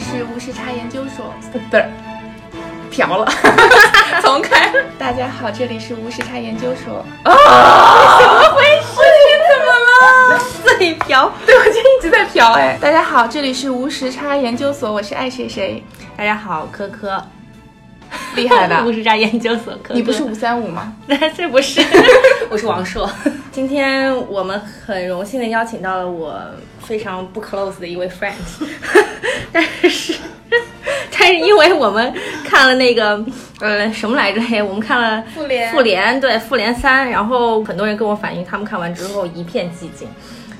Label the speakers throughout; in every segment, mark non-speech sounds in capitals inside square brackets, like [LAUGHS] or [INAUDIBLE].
Speaker 1: 是无时差研究所，
Speaker 2: 不是，嫖了，重开。
Speaker 1: 大家好，这里是无时差研究所。
Speaker 2: 啊嘴瓢，对我今天一直在瓢哎。
Speaker 1: 大家好，这里是无时差研究所，我是爱谁谁，
Speaker 2: 大家好，科科，
Speaker 1: 厉害
Speaker 2: [LAUGHS]
Speaker 3: 故
Speaker 1: 的。
Speaker 3: 事站研究所科科，
Speaker 4: 嗯
Speaker 1: 你不是五三五吗？
Speaker 3: 这不是， [LAUGHS] 我是王硕。
Speaker 2: [LAUGHS] 今天我们很荣幸的邀请到了我非常不 close 的一位 friend，但是。但是因为我们看了那个，呃，什么来着？我们看了
Speaker 1: 复联
Speaker 2: 复联对复联三，然后很多人跟我反映，他们看完之后一片寂静，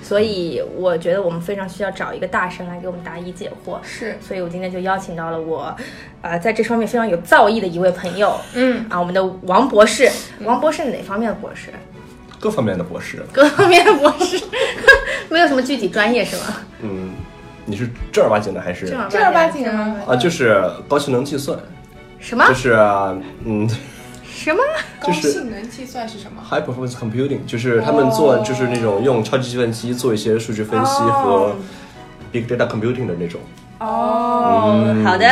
Speaker 2: 所以我觉得我们非常需要找一个大神来给我们答疑解惑。
Speaker 1: 是，
Speaker 2: 所以我今天就邀请到了我，呃，在这方面非常有造诣的一位朋友
Speaker 1: 嗯，
Speaker 2: 啊，我们的王博士。王博士哪方面的博士？
Speaker 4: 各方面的博士。
Speaker 2: 各方面的博士，没有什么具体专业是吗？
Speaker 4: 嗯，你是正儿八经的还是？
Speaker 2: 正儿
Speaker 1: 正儿八经
Speaker 2: 的
Speaker 1: 啊。
Speaker 4: 啊，就是高性能计算，
Speaker 2: 什么
Speaker 4: 就是嗯
Speaker 2: 什么？
Speaker 1: 高
Speaker 4: 就是
Speaker 1: 性能计算是什么？
Speaker 4: ，high performance computing，就是他们做就是那种用超级计算机做一些数据分析和
Speaker 2: 哦
Speaker 4: big data computing 的那种。嗯
Speaker 2: 哦，好的，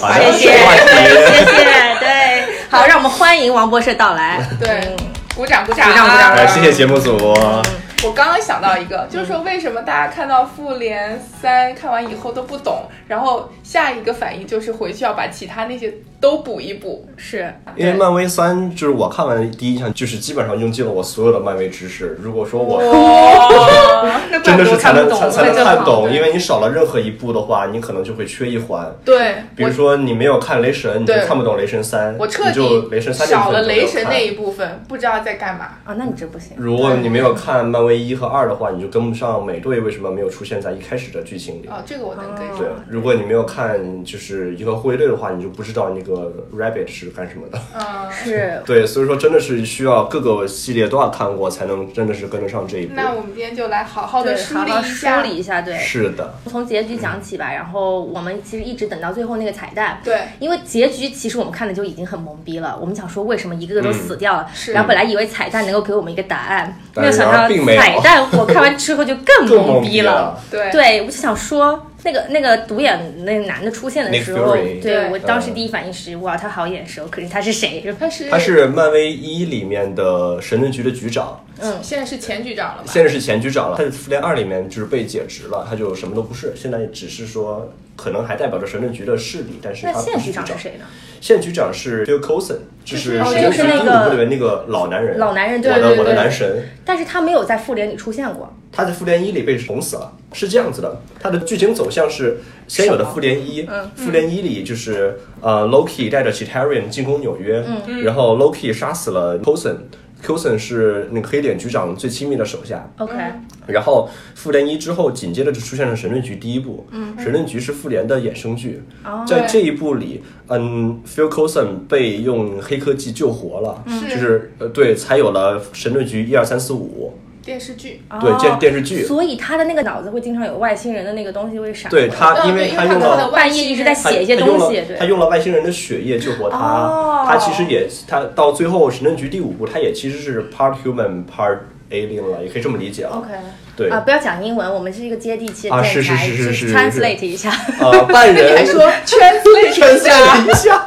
Speaker 4: 好的，
Speaker 1: 谢谢
Speaker 4: 这个话题。
Speaker 2: 谢谢，对，好，让我们欢迎王博士的到来。
Speaker 1: 对
Speaker 2: 嗯，
Speaker 1: 鼓掌鼓掌啊
Speaker 2: 鼓掌鼓掌
Speaker 4: 哎，谢谢节目组。
Speaker 2: 嗯
Speaker 1: 我刚刚想到一个，就是说为什么大家看到《复联三》看完以后都不懂，然后下一个反应就是回去要把其他那些都补一补。
Speaker 2: 是，
Speaker 4: 因为漫威三，就是我看完第一印象，就是基本上用尽了我所有的漫威知识。如果说我哦
Speaker 1: 哇，那怪
Speaker 4: 真的
Speaker 1: 不得
Speaker 4: 是才
Speaker 1: 看不
Speaker 4: 能才
Speaker 1: 懂
Speaker 4: 才
Speaker 1: 那
Speaker 4: 能
Speaker 1: 就
Speaker 4: 看
Speaker 1: 好
Speaker 4: 懂，因为你少了任何一部的话，你可能就会缺一环。
Speaker 1: [LAUGHS] 对，
Speaker 4: 比如说你没有看雷神，你就看不懂雷神三，
Speaker 1: 我彻
Speaker 4: 你就雷
Speaker 1: 底
Speaker 4: 神三这部
Speaker 1: 少了
Speaker 4: 分就没有
Speaker 1: 雷神
Speaker 4: 看
Speaker 1: 那一部分，不知道在干嘛。
Speaker 2: 啊，那你这不行。
Speaker 4: 如果你没有看漫威一和二的话，你就跟不上美队为什么没有出现在一开始的剧情里。
Speaker 1: 哦，这个我能跟
Speaker 4: 对
Speaker 1: 上。，
Speaker 4: 如果你没有看就是银河护卫队的话，你就不知道那个 Rabbit 是干什么
Speaker 1: [LAUGHS]
Speaker 4: 的。
Speaker 1: 嗯，
Speaker 2: 是，
Speaker 4: 对，所以说真的是需要各个系列都要看过，才能真的是跟得上这一步。
Speaker 1: 那我们今天就来好好的
Speaker 2: 对，
Speaker 1: 梳
Speaker 2: 好
Speaker 1: 理
Speaker 2: 好
Speaker 1: 一下。
Speaker 2: 梳理一下，对，
Speaker 4: 是的，
Speaker 2: 从结局讲起吧。然后我们其实一直等到最后那个彩蛋，
Speaker 1: 对，
Speaker 2: 因为结局其实我们看的就已经很懵逼了，我们想说为什么一个个都
Speaker 4: 嗯
Speaker 2: 死掉了，
Speaker 1: 是
Speaker 2: 然后本来以为彩蛋能够给我们一个答案，没
Speaker 4: 但
Speaker 2: 有
Speaker 4: 是
Speaker 2: 想到
Speaker 4: 并没有
Speaker 2: 彩蛋我看完之后就更
Speaker 4: [LAUGHS] 更
Speaker 2: 懵
Speaker 4: 懵
Speaker 2: 逼
Speaker 4: 逼
Speaker 2: 了
Speaker 4: 了。
Speaker 1: 对
Speaker 2: 对，我就想说那个那个独眼那个男的出现的
Speaker 4: Nick
Speaker 2: 时候，
Speaker 4: Fury
Speaker 2: 对我
Speaker 4: 嗯
Speaker 2: 当时第一反应是哇，他好眼熟，可是他是谁？
Speaker 1: 他是
Speaker 4: 他是漫威一里面的神盾局的局长，
Speaker 1: 现在是前局长了吧？
Speaker 4: 现在是前局长了。他在复联二里面就是被解职了，他就什么都不是，现在只是说可能还代表着神盾局的势力，但
Speaker 2: [LAUGHS]
Speaker 4: 是
Speaker 2: 那
Speaker 4: 他
Speaker 2: 现
Speaker 4: 不
Speaker 2: 局
Speaker 4: 是
Speaker 2: 长是谁呢？
Speaker 4: 现局长是 Bill Coulson，就是
Speaker 2: 哦
Speaker 4: 神
Speaker 2: 就
Speaker 4: 盾
Speaker 2: 是
Speaker 4: 局
Speaker 2: 那
Speaker 4: 第
Speaker 2: 个
Speaker 4: 五部里面那个老男人，
Speaker 2: 老男人对
Speaker 4: 我
Speaker 2: 对
Speaker 4: 的我
Speaker 2: 对
Speaker 4: 的男神，
Speaker 2: 但是他没有在复联里出现过。
Speaker 4: 他在复联一里被捅死了。是这样子的，他的剧情走向是先有的复联一，
Speaker 2: 嗯
Speaker 4: 复联一里就是呃 Loki 带着 Chitarian 进攻纽约，
Speaker 2: 嗯
Speaker 4: 然后 Loki 杀死了 Coulson。Coulson 是那个黑脸局长最亲密的手下，
Speaker 2: OK，、
Speaker 1: 嗯
Speaker 4: 然后复联一之后，紧接着就出现了神盾局第一部。嗯，神盾局是复联的衍生剧。在这一部里，嗯，Phil Coulson 被用黑科技救活了，
Speaker 1: 是
Speaker 4: 就是呃，对，才有了神盾局一二三四五。
Speaker 1: 电视剧。
Speaker 4: 对，
Speaker 2: 哦
Speaker 4: 电电视剧，
Speaker 2: 所以他的那个脑子会经常有外星人的那个东西会闪过来。
Speaker 4: 对他，
Speaker 1: 对
Speaker 4: 因为
Speaker 1: 因为
Speaker 4: 他
Speaker 1: 他
Speaker 4: 用
Speaker 1: 的
Speaker 4: 了。
Speaker 2: 半夜一直在
Speaker 4: 他
Speaker 2: 写一些
Speaker 4: 他用
Speaker 2: 东
Speaker 4: 了
Speaker 2: 西，
Speaker 4: 他
Speaker 2: 对，
Speaker 4: 用了外星人的血液救活他。
Speaker 2: 哦
Speaker 4: 他其实也，他到最后神盾局第五部，他也其实是 part human part alien 了，也可以这么理解了。
Speaker 2: OK。
Speaker 4: 对
Speaker 2: 啊，不要讲英文，我们是一个接地气的
Speaker 4: 啊
Speaker 2: 电台，
Speaker 4: 是是是是
Speaker 2: 去
Speaker 4: 是
Speaker 2: translate
Speaker 4: [LAUGHS]
Speaker 2: 一下，
Speaker 4: 呃，半
Speaker 1: 那你还
Speaker 4: 人
Speaker 1: 说 translate
Speaker 4: 穿
Speaker 1: 一下？
Speaker 4: 越一下。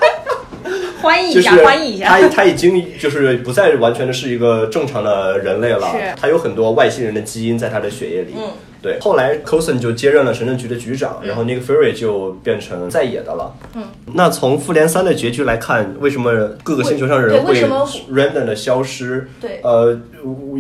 Speaker 2: 欢迎
Speaker 4: 就
Speaker 2: 一
Speaker 4: 是
Speaker 2: 下，欢迎一下。
Speaker 4: 他他已经就是不再完全的是一个正常的人类了
Speaker 2: 是，
Speaker 4: 他有很多外星人的基因在他的血液里。
Speaker 2: 嗯
Speaker 4: 对，后来 Coulson 就接任了神盾局的局长，然后 Nick Fury 就变成在野的了。嗯，那从复联三的结局来看，为什么各个星球上的人
Speaker 2: 对为
Speaker 4: 会
Speaker 2: 什么
Speaker 4: random 的消失？
Speaker 2: 对
Speaker 4: 呃，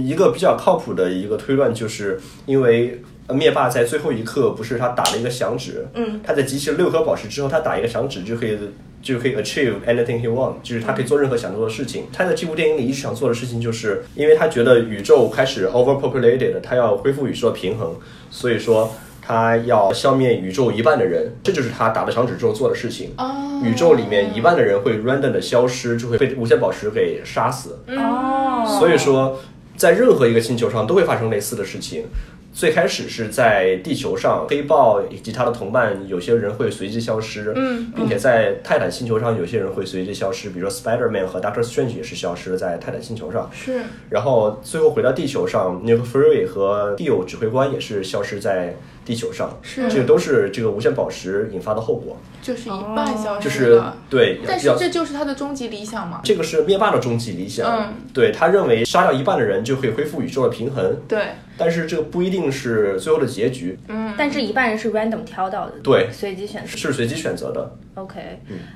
Speaker 4: 一个比较靠谱的一个推断，就是因为呃灭霸在最后一刻不是他打了一个响指，嗯，他在集齐了六颗宝石之后，他打一个响指就可以就可以 achieve anything he want，就是他可
Speaker 2: 嗯
Speaker 4: 以做任何想做的事情。他在这部电影里一直想做的事情，就是因为他觉得宇宙开始 overpopulated，他要恢复宇宙的平衡，所以说。他要消灭宇宙一半的人，这就是他打了响指之后做的事情。
Speaker 1: 哦
Speaker 4: 宇宙里面一半的人会 random 的消失，就会被无限宝石给杀死。
Speaker 2: 哦
Speaker 4: 所以说，在任何一个星球上都会发生类似的事情。最开始是在地球上，黑豹以及他的同伴，有些人会随之消失，嗯，并且在泰坦星球上，有些人会随之消失，比如说 Spider Man 和 Doctor Strange 也是消失了在泰坦星球上，
Speaker 1: 是
Speaker 4: 然后最后回到地球上，Nick Fury 和 Dio 指挥官也是消失在地球上，
Speaker 1: 是
Speaker 4: 这个都是这个无限宝石引发的后果，
Speaker 1: 就是一半消
Speaker 4: 就
Speaker 1: 失
Speaker 4: 是
Speaker 1: 了。
Speaker 4: 对，
Speaker 1: 哦但是
Speaker 4: 要
Speaker 1: 这就是他的终极理想嘛？
Speaker 4: 这个是灭霸的终极理想，
Speaker 1: 嗯
Speaker 4: 对他认为杀掉一半的人就可以恢复宇宙的平衡，
Speaker 1: 对，
Speaker 4: 但是这个不一定是最后的结局，
Speaker 2: 但这一半人是 random 挑到的，
Speaker 4: 对嗯
Speaker 2: 随机选择。
Speaker 4: 是随机选择的，
Speaker 2: OK，、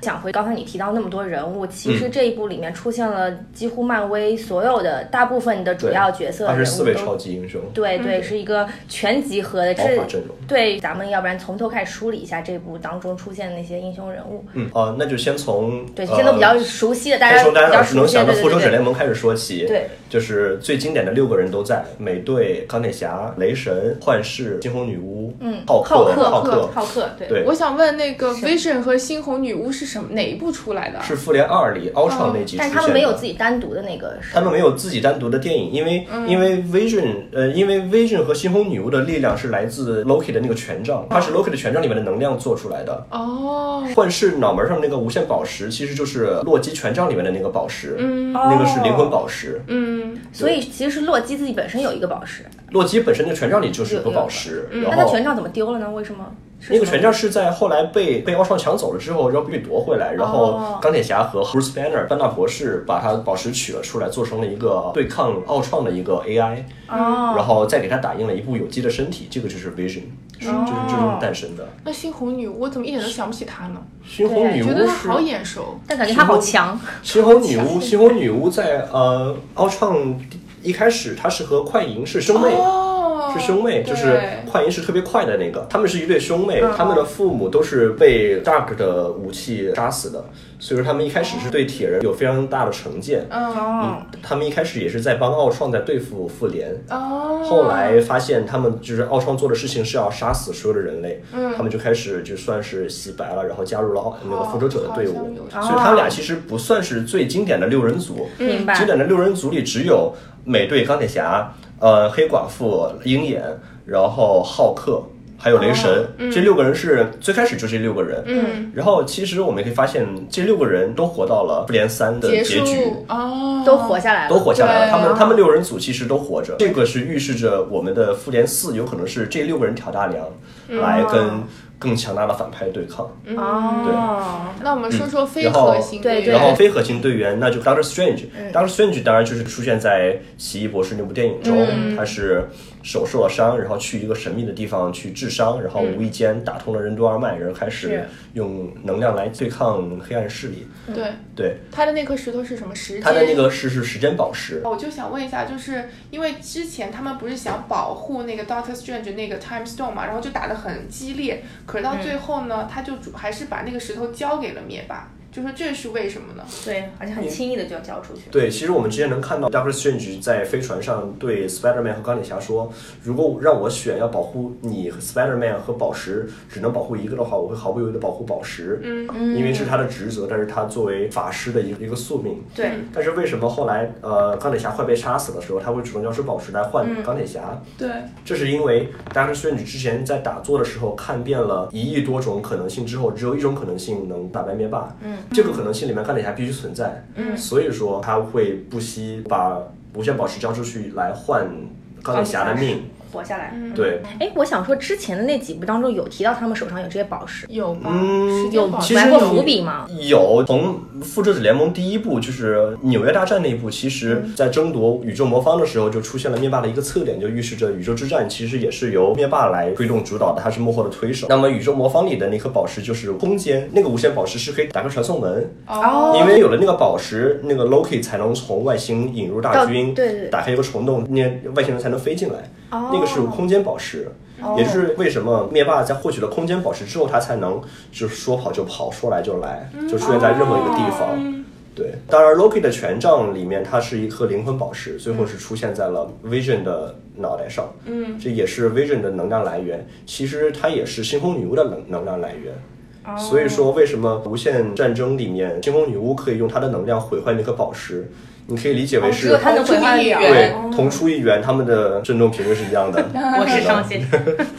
Speaker 2: 讲回刚才你提到那么多人物，其
Speaker 4: 嗯
Speaker 2: 实这一部里面出现了几乎漫威所有的大部分的主要角色
Speaker 4: 二
Speaker 2: 人
Speaker 4: 十四位
Speaker 2: 物
Speaker 4: 超
Speaker 2: 都。
Speaker 4: 级英雄，
Speaker 2: 对对，是一个全集合的，
Speaker 4: 豪华
Speaker 2: 这
Speaker 4: 阵容
Speaker 2: 对咱们要不然从头开始梳理一下这部当中出现的那些英雄人物。
Speaker 4: 嗯，哦、那就先从
Speaker 2: 对，
Speaker 4: 呃
Speaker 2: 现在比较熟悉的，大
Speaker 4: 黑
Speaker 2: 家
Speaker 4: 熊
Speaker 2: 比
Speaker 4: 丹
Speaker 2: 较
Speaker 4: 老师
Speaker 2: 熟
Speaker 4: 能
Speaker 2: 悉的，
Speaker 4: 想到
Speaker 2: 对
Speaker 4: 复仇者
Speaker 2: 对
Speaker 4: 联
Speaker 2: 对。
Speaker 4: 盟开始说起，
Speaker 2: 对，
Speaker 4: 就是最经典的六个人都在：美队、钢铁侠、雷神、幻视、惊鸿女巫，嗯，浩
Speaker 2: 浩
Speaker 4: 克，浩
Speaker 2: 克，浩克，对，
Speaker 4: 对
Speaker 1: 我想问那个 Vision 和猩红女巫是什么哪一部出来的啊？
Speaker 4: 是复联二里 Ultron 那集
Speaker 2: 嗯
Speaker 4: 出现的。
Speaker 2: 但是他们没有自己单独的那个，
Speaker 4: 他们没有自己单独的电影，因为、
Speaker 2: 嗯
Speaker 4: 因为 Vision，呃，因为 Vision 和猩红女巫的力量是来自 Loki 的那个权杖，它
Speaker 2: 哦
Speaker 4: 是 Loki 的权杖里面的能量做出来的。
Speaker 1: 哦，
Speaker 4: 幻视脑门上那个无限宝石，其实就是洛基权杖里面的那个宝石，
Speaker 1: 嗯
Speaker 4: 那个是灵魂宝石。
Speaker 1: 嗯，
Speaker 2: 所以其实是洛基自己本身有一个宝石，
Speaker 4: 洛基本身那个权杖里就是
Speaker 2: 有
Speaker 4: 个
Speaker 2: 有
Speaker 4: 宝石，
Speaker 2: 嗯那
Speaker 4: 然
Speaker 2: 他
Speaker 4: 后
Speaker 2: 权杖怎么丢了呢？为什么？是
Speaker 4: 那个
Speaker 2: 什么
Speaker 4: 权杖是在后来被被奥创抢走了之后，然后被夺回来，然后
Speaker 2: 哦
Speaker 4: 钢铁侠和 Bruce Banner 班纳博士把他宝石取了出来，做成了一个对抗奥创的一个 AI，
Speaker 2: 哦，
Speaker 4: 然后再给他打印了一部有机的身体，这个就是 Vision，是
Speaker 2: 哦
Speaker 4: 就是最终诞生的。
Speaker 1: 那猩红女巫我怎么一点都想不起她呢？
Speaker 4: 猩红女
Speaker 1: 觉
Speaker 4: 巫
Speaker 1: 得她好
Speaker 4: 是
Speaker 1: 眼熟。
Speaker 2: 但感觉他好强。
Speaker 4: 猩红女巫，猩红女巫在呃奥创一开始她是和快银是兄妹。
Speaker 1: 哦，
Speaker 4: 是兄妹，就是
Speaker 1: 对嗯
Speaker 4: 快银是特别快的那个，他们是一对兄妹，他们的父母都是被 Dark 的武器杀死的，所以说他们一开始是对铁人有非常大的成见，
Speaker 1: 嗯
Speaker 2: 哦，
Speaker 4: 他们一开始也是在帮奥创在对付复联，
Speaker 1: 哦，
Speaker 4: 后来发现他们就是奥创做的事情是要杀死所有的人类，
Speaker 1: 嗯
Speaker 4: 他们就开始就算是洗白了，然后加入了奥那个复仇者的队伍，
Speaker 1: 哦好像有哦
Speaker 4: 所以他们俩其实不算是最经典的六人组，
Speaker 2: 明白
Speaker 4: 经典的六人组里只有美队、钢铁侠、呃黑寡妇、鹰眼，然后浩克。还有雷神，这六个人是最开始就这六个人，
Speaker 1: 哦嗯，
Speaker 4: 然后其实我们也可以发现，这六个人都活到了复联三的
Speaker 1: 结
Speaker 4: 结局，
Speaker 1: 束哦，
Speaker 2: 都活下来了，
Speaker 4: 都活下来了。
Speaker 1: 对
Speaker 4: 他们
Speaker 1: 啊
Speaker 4: 他们六人组其实都活着，这个是预示着我们的复联四有可能是这六个人挑大梁，
Speaker 1: 嗯
Speaker 4: 来跟更强大的反派对抗。
Speaker 2: 哦，
Speaker 1: 那我们说说非
Speaker 4: 嗯然后
Speaker 1: 核心
Speaker 2: 对
Speaker 1: 队
Speaker 2: 对
Speaker 1: 员
Speaker 4: 然后非核心队员那就 Doctor Strange，Doctor、Strange
Speaker 1: 嗯
Speaker 4: 当然就是出现在《奇异博士》那部电影中，
Speaker 1: 嗯
Speaker 4: 他是手受了伤，然后去一个神秘的地方去治伤，然
Speaker 1: 嗯
Speaker 4: 后无意间打通了任督二脉，然后开始
Speaker 2: 是
Speaker 4: 用能量来对抗黑暗势力。
Speaker 1: 对
Speaker 4: 对，
Speaker 1: 他的那颗石头是什么时间？
Speaker 4: 他的那个是是时间宝石，
Speaker 1: 我就想问一下，就是因为之前他们不是想保护那个 Doctor Strange 那个 Time Stone 嘛，然后就打得很激烈，可是到最后呢，他就主还是把那个石头交给了灭霸，就说这是为什么呢？
Speaker 2: 对，而
Speaker 4: 嗯
Speaker 2: 且很轻易的就要交出去。
Speaker 4: 对，其实我们之前能看到 Doctor Strange 在飞船上对 Spider-Man 和钢铁侠说，如果让我选要保护你和 Spider-Man 和宝石，只能保护一个的话，我会毫不犹豫的保护宝石，嗯嗯，因为是他的职责，但是他作为法师的一个一个宿命。
Speaker 2: 对，
Speaker 4: 但是为什么后来呃钢铁侠快被杀死的时候，他会主动交出宝石来换钢铁侠？
Speaker 1: 对，
Speaker 4: 这是因为 Doctor Strange 之前在打坐的时候看遍了一亿多种可能性之后，只有一种可能性能打败灭霸。嗯，这个可能性里面钢铁侠必须存在。嗯，所以说他会不惜把无限宝石交出去来换钢铁侠的命。
Speaker 2: 活下来。
Speaker 4: 对，
Speaker 2: 哎，我想说，之前的那几部当中有提到他们手上有这些宝石，
Speaker 1: 有吗？
Speaker 4: 嗯
Speaker 1: 时
Speaker 2: 有
Speaker 1: 间宝
Speaker 4: 其
Speaker 1: 石
Speaker 4: 实
Speaker 2: 埋过伏笔吗？
Speaker 4: 有从复仇者联盟第一部就是纽约大战那一部，其实在争夺宇宙魔方的时候就出现了灭霸的一个侧脸，就预示着宇宙之战其实也是由灭霸来推动主导的，他是幕后的推手。那么宇宙魔方里的那颗宝石就是空间，那个无限宝石是可以打开传送门，
Speaker 1: 哦，
Speaker 4: 因为有了那个宝石，那个 Loki 才能从外星引入大
Speaker 2: 到
Speaker 4: 军，
Speaker 2: 对对
Speaker 4: 打开一个虫洞，那外星人才能飞进来。
Speaker 2: 哦
Speaker 4: 那个是空间宝石，也就是为什么灭霸在获取了空间宝石之后，他才能就是说跑就跑，说来就来，就出现在任何一个地方。对，当然 Loki 的权杖里面它是一颗灵魂宝石，最后是出现在了 Vision 的脑袋上。嗯，这也是 Vision 的能量来源，其实它也是星空女巫的能能量来源。所以说，为什么无限战争里面星空女巫可以用她的能量毁坏那颗宝石？你可以理解为是
Speaker 3: 只有他
Speaker 1: 哦
Speaker 3: 能回话的
Speaker 1: 对
Speaker 4: 对
Speaker 3: 圆。
Speaker 4: 同出一源，他们的振动频率是一样的。
Speaker 3: 我是上线。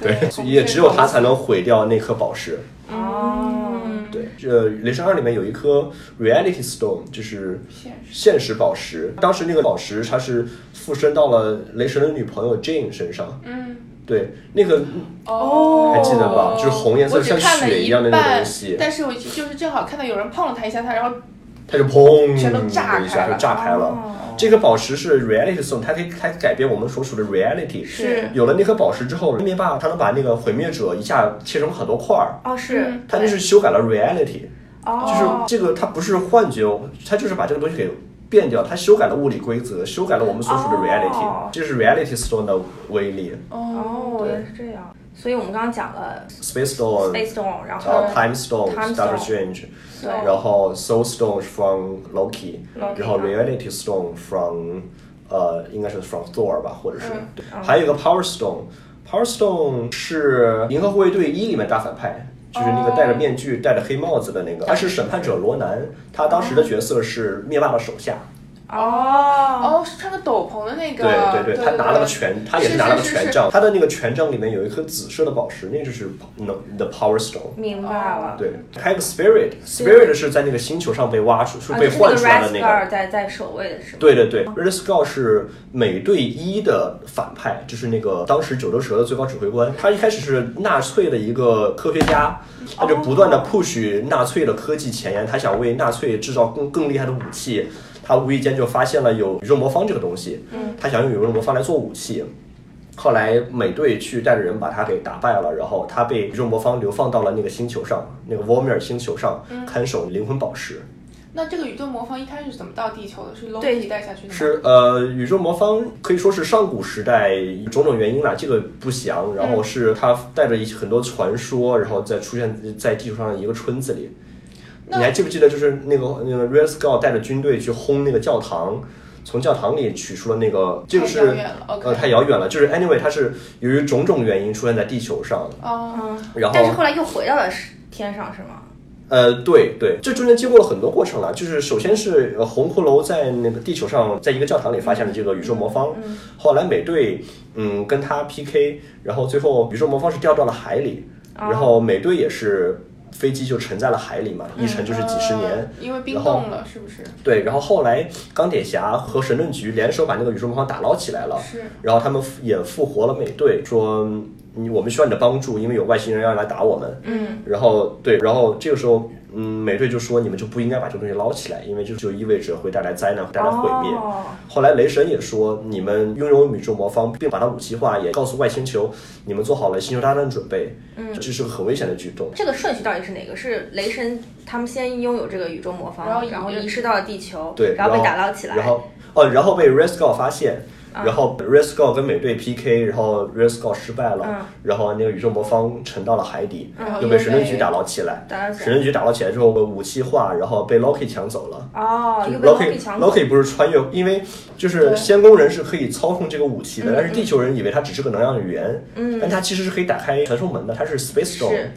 Speaker 4: 对，也只有它才能毁掉那颗宝石。
Speaker 3: 哦，
Speaker 4: 对，呃，《雷神二》里面有一颗 Reality Stone，就是
Speaker 1: 现实
Speaker 4: 现实宝石。当时那个宝石它是附身到了雷神的女朋友 Jane 身上。
Speaker 1: 嗯，
Speaker 4: 对，那个
Speaker 1: 哦
Speaker 4: 还记得吧？就是红颜色
Speaker 1: 我只
Speaker 4: 像
Speaker 1: 看了
Speaker 4: 血一样的那个东西
Speaker 1: 半，但是我就是正好看到有人碰了他一下，他然后
Speaker 4: 它就砰
Speaker 1: 全都炸
Speaker 4: 一下
Speaker 1: 开了
Speaker 4: 就炸开
Speaker 2: 哦
Speaker 4: 了。这个宝石是 Reality Stone，它可以它改变我们所处的 reality。
Speaker 1: 是
Speaker 4: 有了那颗宝石之后，灭霸他能把那个毁灭者一下切成很多块儿，
Speaker 2: 哦，是
Speaker 1: 嗯
Speaker 4: 他就是修改了 reality。就是
Speaker 2: 哦，
Speaker 4: 这个，它不是幻觉，它就是把这个东西给变掉，它修改了物理规则，修改了我们所处的 reality，、
Speaker 2: 哦
Speaker 4: 这是 reality stone 的威力
Speaker 2: 哦，原来是这样。所以我们刚刚讲了
Speaker 4: ，space stone，
Speaker 2: Space Stone，然
Speaker 4: 然后
Speaker 2: 后
Speaker 4: 呃啊 time stone
Speaker 2: 啊 Time
Speaker 4: Doctor
Speaker 2: Stone
Speaker 4: Strange，
Speaker 2: 对
Speaker 4: 然后 soul stone is from Loki，
Speaker 2: Loki，
Speaker 4: 然后
Speaker 2: 嗯
Speaker 4: reality stone from 呃应该是 from Thor 吧，或者是、
Speaker 1: 嗯
Speaker 4: 对还有一个 power stone。Power Stone 是《银河护卫队一》里面大反派，就是那个戴着面具、戴着黑帽子的那个。他是审判者罗南，他当时的角色是灭霸的手下。
Speaker 2: 哦
Speaker 1: 哦，是穿个斗篷的那个，
Speaker 4: 对
Speaker 1: 对
Speaker 4: 对，他拿了个权，他也是拿了个权。
Speaker 1: 是是是是
Speaker 4: 杖。他的那个权杖里面有一颗紫色的宝石，那就是 no the power stone。
Speaker 2: 明白了。
Speaker 4: 对，还有个 spirit，spirit 是在那个星球上被挖出，是
Speaker 2: 啊，
Speaker 4: 被
Speaker 2: 就是那
Speaker 4: 换
Speaker 2: 个
Speaker 4: 出来的
Speaker 2: Red
Speaker 4: 那
Speaker 2: Scar
Speaker 4: 个。
Speaker 2: 在在守卫的是吗？
Speaker 4: 对对对，Red Skull 是美队一的反派，就是那个当时九头蛇的最高指挥官。他一开始是纳粹的一个科学家，他就不断的 push 纳粹的科技前沿，他想为纳粹制造更更厉害的武器。他无意间就发现了有宇宙魔方这个东西，他想用宇宙魔方来做武器。后来美队去带着人把他给打败了，然后他被宇宙魔方流放到了那个星球上，那个 Vormir 星球上看守灵魂宝石。
Speaker 1: 那这个宇宙魔方一开始是怎么到地球的？是
Speaker 2: 对
Speaker 1: Loki 带下去的吗？
Speaker 4: 是呃，宇宙魔方可以说是上古时代种种原因啦，这个不详。然后是它带着一很多传说，然后再出现在地球上的一个村子里。你
Speaker 1: 那
Speaker 4: 还记不记得，就是那个那个 Red Skull 带着军队去轰那个教堂，从教堂里取出了那个，这个
Speaker 1: 太遥
Speaker 4: 是
Speaker 1: 远了，OK
Speaker 4: 呃太遥远了，就是 anyway，它是由于种种原因出现在地球上，
Speaker 1: 哦，
Speaker 2: 嗯，
Speaker 4: 然后
Speaker 2: 但是后来又回到了是天上是吗？
Speaker 4: 呃，对对，这中间经过了很多过程了。就是首先是呃红骷髅在那个地球上，在一个教堂里发现了这个宇宙魔方，后来美队嗯跟他 PK，然后最后宇宙魔方是掉到了海里，然后美队也是飞机就沉在了海里嘛，一沉就是几十年。
Speaker 1: 呃因为冰
Speaker 4: 然后
Speaker 1: 冻了，是不是？
Speaker 4: 对，然后后来钢铁侠和神盾局联手把那个宇宙魔方打捞起来了，
Speaker 1: 是
Speaker 4: 然后他们复也复活了美队，说嗯我们需要你的帮助，因为有外星人要来打我们。
Speaker 2: 嗯，
Speaker 4: 然后对，然后这个时候，嗯，美队就说你们就不应该把这个东西捞起来，因为这就意味着会带来灾难，会带来毁灭。
Speaker 2: 哦
Speaker 4: 后来雷神也说，你们拥有宇宙魔方，并把它武器化，也告诉外星球，你们做好了星球大战的准备。嗯，这是个很危险的举动。
Speaker 2: 这个顺序到底是哪个？是雷神他们先拥有这个宇宙魔方，
Speaker 1: 然后
Speaker 2: 然后移植到了地球，
Speaker 4: 对，
Speaker 2: 然
Speaker 4: 然
Speaker 2: 后被打捞起来，啊
Speaker 4: 然后哦，然后被 Red Skull 发现，然后 Red Skull 跟美队 PK，然后 Red Skull 失败了，
Speaker 2: 嗯
Speaker 4: 然后那个宇宙魔方沉到了海底，
Speaker 2: 哦
Speaker 1: 然后
Speaker 4: 又
Speaker 1: 又
Speaker 4: 被
Speaker 1: 被
Speaker 4: 神盾局打捞起来。
Speaker 2: 打捞起
Speaker 4: 神
Speaker 2: 来。
Speaker 4: 盾局打捞起来之后，武器化，然后被 Loki 抢走了。
Speaker 2: 哦，又被
Speaker 4: Loki
Speaker 2: 抢走。
Speaker 4: Loki 不是穿越，因为就是
Speaker 1: 对
Speaker 4: 仙宫人是可以操控这个武器
Speaker 2: 嗯
Speaker 4: 的，但是地球人以为它只是个能量源，但它其实是可以打开传送门的，它是 Space
Speaker 2: 是
Speaker 4: Stone。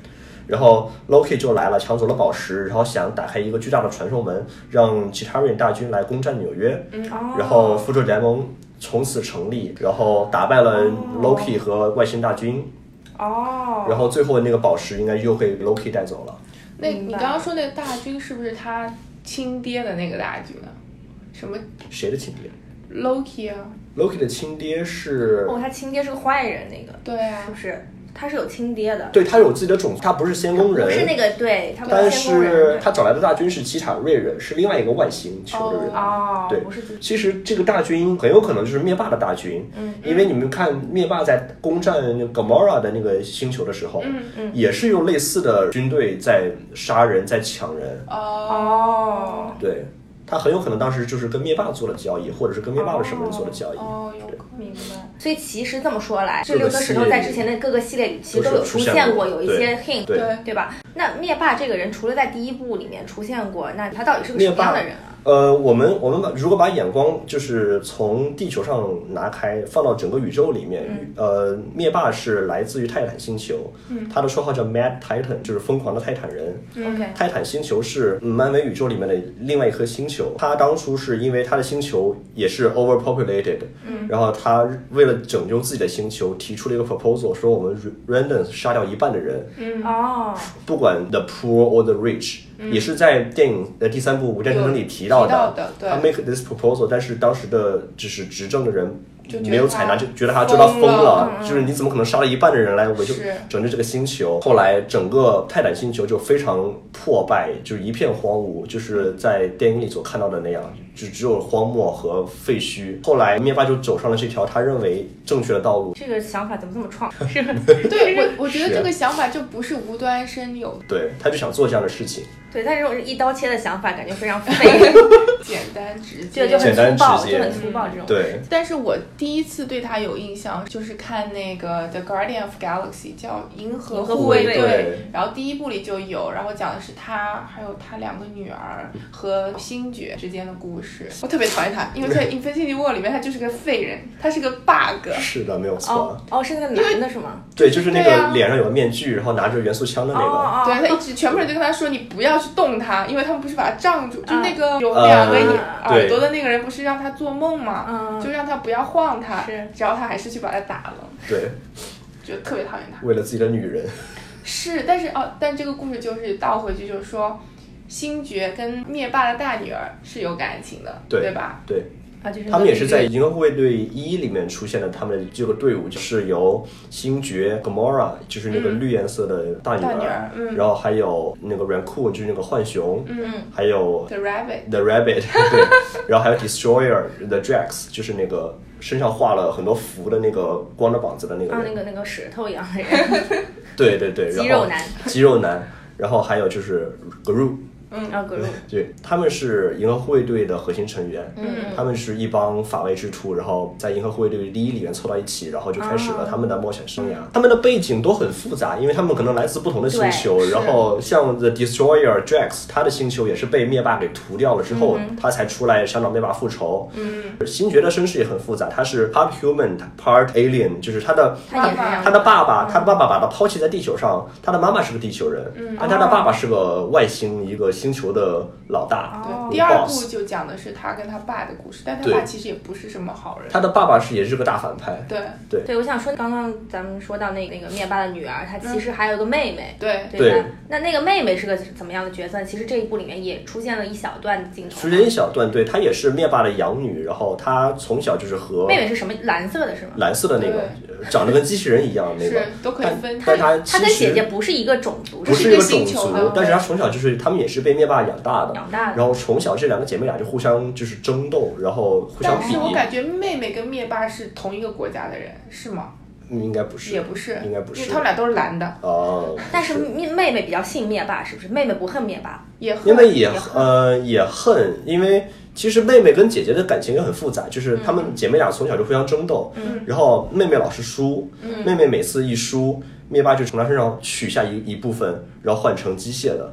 Speaker 4: 然后 Loki 就来了，抢走了宝石，然后想打开一个巨大的传送门，让其他人大军来攻占纽约。
Speaker 2: 哦
Speaker 4: 然后复仇者联盟从此成立，然后打败了 Loki 和外星大军，
Speaker 2: 哦，
Speaker 4: 然后最后那个宝石应该又被 Loki 带走了。
Speaker 1: 那
Speaker 2: 明
Speaker 1: 你
Speaker 2: 白
Speaker 1: 刚刚说那个大军是不是他亲爹的那个大军啊？什么
Speaker 4: 谁的亲爹
Speaker 1: Loki 啊？
Speaker 4: ？Loki 的亲爹是
Speaker 2: 哦，他亲爹是个坏人，那个
Speaker 1: 对啊
Speaker 2: 是不，是？他是有亲爹的，
Speaker 4: 对他有自己的种族，他不是仙宫人，
Speaker 2: 不是那个对，他不
Speaker 4: 但
Speaker 2: 仙宫人
Speaker 4: 是他找来的大军是基塔瑞人，是另外一个外星球的人。
Speaker 2: 哦，
Speaker 4: 对
Speaker 2: 不是自己
Speaker 4: 其实这个大军很有可能就是灭霸的大军，
Speaker 2: 嗯
Speaker 4: 因为你们看灭霸在攻占那个 Gamora 的那个星球的时候，
Speaker 2: 嗯
Speaker 1: 嗯
Speaker 4: 也是用类似的军队在杀人，在抢人。
Speaker 1: 哦，
Speaker 2: 哦，
Speaker 4: 对他很有可能当时就是跟灭霸做了交易，或者是跟灭霸的什么人做了交易。
Speaker 1: 哦，有可能。
Speaker 2: 明白。所以其实这么说来，这
Speaker 4: 各个
Speaker 2: 六颗石头在之前的各个系列里其实都有出现过，有一些 hint，
Speaker 4: 对
Speaker 1: 对
Speaker 2: 吧？那灭霸这个人除了在第一部里面出现过，那他到底是个什
Speaker 4: 灭
Speaker 2: 么样
Speaker 4: 霸
Speaker 2: 的人啊？
Speaker 4: 呃，我们我们把如果把眼光就是从地球上拿开，放到整个宇宙里面，呃，灭霸是来自于泰坦星球，他的绰号叫 Mad Titan，就是疯狂的泰坦人。
Speaker 2: OK，
Speaker 4: 泰坦星球是漫威宇宙里面的另外一颗星球，它当初是因为它的星球也是 overpopulated，嗯，然后它为了拯救自己的星球，提出了一个 proposal，说我们 random 杀掉一半的人，
Speaker 2: 嗯
Speaker 3: 哦，
Speaker 4: 不管 the poor or the rich，、也是在电影的第三部《无间之
Speaker 1: 嗯有
Speaker 4: 城》里提到
Speaker 1: 提到的对
Speaker 4: 他 make this proposal，但是当时的就是执政的人
Speaker 1: 就觉得
Speaker 4: 没有采纳，
Speaker 1: 他
Speaker 4: 就觉得他觉得他
Speaker 1: 嗯疯
Speaker 4: 疯
Speaker 1: 了嗯
Speaker 4: 就是你怎么可能杀了一半的人来维救
Speaker 1: 是
Speaker 4: 拯救这个星球？后来整个泰坦星球就非常破败，就是一片荒芜，就是在电影里所看到的那样，就只有荒漠和废墟。后来灭霸就走上了这条他认为正确的道路，
Speaker 2: 这个想法怎么这么 [LAUGHS] 创？是
Speaker 1: 对我，我觉得
Speaker 4: 是
Speaker 1: 这个想法就不是无端生有的，
Speaker 4: 对，他就想做这样的事情。
Speaker 2: 对，但是我是一刀切的想法，感觉非常
Speaker 4: [LAUGHS]
Speaker 2: 废，
Speaker 1: 简单直
Speaker 2: 就
Speaker 1: 接。
Speaker 2: 就很
Speaker 4: 简单
Speaker 2: 粗暴，
Speaker 4: 直
Speaker 2: 就
Speaker 4: 接
Speaker 2: 很粗暴这种。
Speaker 4: 对，
Speaker 1: 但是我第一次对他有印象，就是看那个《The Guardian of Galaxy》，叫《银河
Speaker 2: 银河
Speaker 1: 护
Speaker 2: 护
Speaker 1: 卫
Speaker 2: 卫
Speaker 1: 队》
Speaker 2: 队
Speaker 1: 然后第一部里就有，然后讲的是他还有他两个女儿和星爵之间的故事。我特别讨厌他，因为在《Infinity War》里面他就是个废人，他是个 bug。
Speaker 4: 是的，没有错。
Speaker 2: 哦哦，是那个男的是吗？
Speaker 4: 对，就是那
Speaker 1: 对啊
Speaker 4: 个脸上有个面具，然后拿着元素枪的那
Speaker 2: 哦
Speaker 4: 个。
Speaker 2: 哦，
Speaker 1: 对他
Speaker 2: 哦
Speaker 1: 一直全部人就跟他说你不要去动他，因为他们不是把他罩住，
Speaker 2: 嗯
Speaker 1: 就是那个有
Speaker 4: 呃
Speaker 1: 两个
Speaker 2: 对
Speaker 1: 耳朵的那个人不是让他做梦嘛，
Speaker 2: 嗯
Speaker 1: 就让他不要晃他，
Speaker 2: 是
Speaker 1: 然后他还是去把他打了，
Speaker 4: 对，
Speaker 1: 就特别讨厌他。
Speaker 4: 为了自己的女人，
Speaker 1: 是，但是哦，但这个故事就是倒回去，就是说。星爵跟灭霸的大女儿是有感情的，
Speaker 4: 对
Speaker 1: 吧？
Speaker 4: 对
Speaker 2: 啊，就是
Speaker 4: 他们也是在
Speaker 2: 那
Speaker 4: 《银河护卫队一》里面出现的，他们的这个队伍就是由星爵 Gamora，就是那个绿颜色的大女
Speaker 1: 大女儿
Speaker 4: 儿，
Speaker 1: 嗯
Speaker 4: 然后还有那个 Raccoon，就是那个浣熊，
Speaker 1: 嗯
Speaker 4: 还有
Speaker 1: ，The Rabbit，
Speaker 4: The Rabbit，对，然后还有 Destroyer The Drax，就是那个身上画了很多符的那个光着膀子的那个
Speaker 2: 个啊
Speaker 4: 人，
Speaker 2: 那个那个石头一样的人，
Speaker 4: 对对对，然后
Speaker 2: 肌肉男，
Speaker 4: 肌肉男，然后还有就是 Groot。
Speaker 2: [LAUGHS] 然后 g r o
Speaker 4: 对，他们是银河护卫队的核心成员，
Speaker 2: 嗯
Speaker 4: 他们是一帮法外之徒，然后在银河护卫队第一里面凑到一起，然后就开始
Speaker 2: 嗯
Speaker 4: 了他们的冒险生涯。他们的背景都很复杂，因为他们可能来自不同的星球
Speaker 2: 对，是
Speaker 4: 然后像 The Destroyer Drax，他的星球也是被灭霸给屠掉了之后，
Speaker 2: 嗯
Speaker 4: 他才出来想找灭霸复仇。嗯，星爵的身世也很复杂，他是 part human part alien，就是他的
Speaker 2: 他也是这样
Speaker 4: 他的爸
Speaker 1: 嗯
Speaker 4: 爸，他的爸爸把他抛弃在地球上，他的妈妈是个地球人，
Speaker 1: 嗯
Speaker 4: 但他的爸爸是个外星一个星球的老大，
Speaker 1: 对，
Speaker 2: 哦
Speaker 4: 嗯
Speaker 1: 第二部
Speaker 4: boss
Speaker 1: 就讲的是他跟他爸的故事，但他
Speaker 4: 对
Speaker 1: 爸其实也不是什么好人，
Speaker 4: 他的爸爸是也是个大反派，
Speaker 1: 对
Speaker 4: 对
Speaker 2: 对，我想说，刚刚咱们说到那那个灭霸的女儿，她其实还有个妹妹，
Speaker 1: 对
Speaker 2: 对
Speaker 4: 对
Speaker 2: 吧？那那个妹妹是个怎么样的角色？其实这一部里面也出现了一小段镜头
Speaker 4: 时。间一小段，对他也是灭霸的养女，然后他从小就是和
Speaker 2: 妹妹是什么蓝色的是吗？
Speaker 4: 蓝色的那个长得跟机器人一样的那个
Speaker 1: 是，都可以
Speaker 4: 但
Speaker 1: 分
Speaker 4: 但他
Speaker 2: 她
Speaker 4: 其
Speaker 2: 跟姐姐
Speaker 4: 实
Speaker 2: 不是一个种族，
Speaker 4: 不
Speaker 1: 是
Speaker 4: 是一
Speaker 1: 一个
Speaker 4: 个
Speaker 1: 星
Speaker 4: 种
Speaker 1: 球嗯
Speaker 4: 族
Speaker 1: 啊，
Speaker 4: 但是他从小就是他们也是被灭霸养大的，
Speaker 2: 养大的
Speaker 4: 然后从小这两个姐妹俩就互相就是争斗，然后互相
Speaker 1: 但
Speaker 4: 比
Speaker 1: 是，我感觉妹妹跟灭霸是同一个国家的人，是吗？
Speaker 4: 嗯应该不是，
Speaker 1: 也不是，
Speaker 4: 应该不
Speaker 1: 因为
Speaker 4: 是
Speaker 1: 他，们俩都是蓝的，
Speaker 4: 哦，
Speaker 2: 但是妹妹妹比较信灭霸，是不是？妹妹不恨灭霸，
Speaker 1: 也很
Speaker 4: 因为也
Speaker 2: 也恨
Speaker 4: 呃也恨，因为其实妹妹跟姐姐的感情也很复杂，就是她们姐妹俩从小就互相争斗，
Speaker 1: 嗯
Speaker 4: 然后妹妹老是输，
Speaker 2: 嗯
Speaker 4: 妹妹每次一输，灭霸就从她身上取下一一部分，然后换成机械的，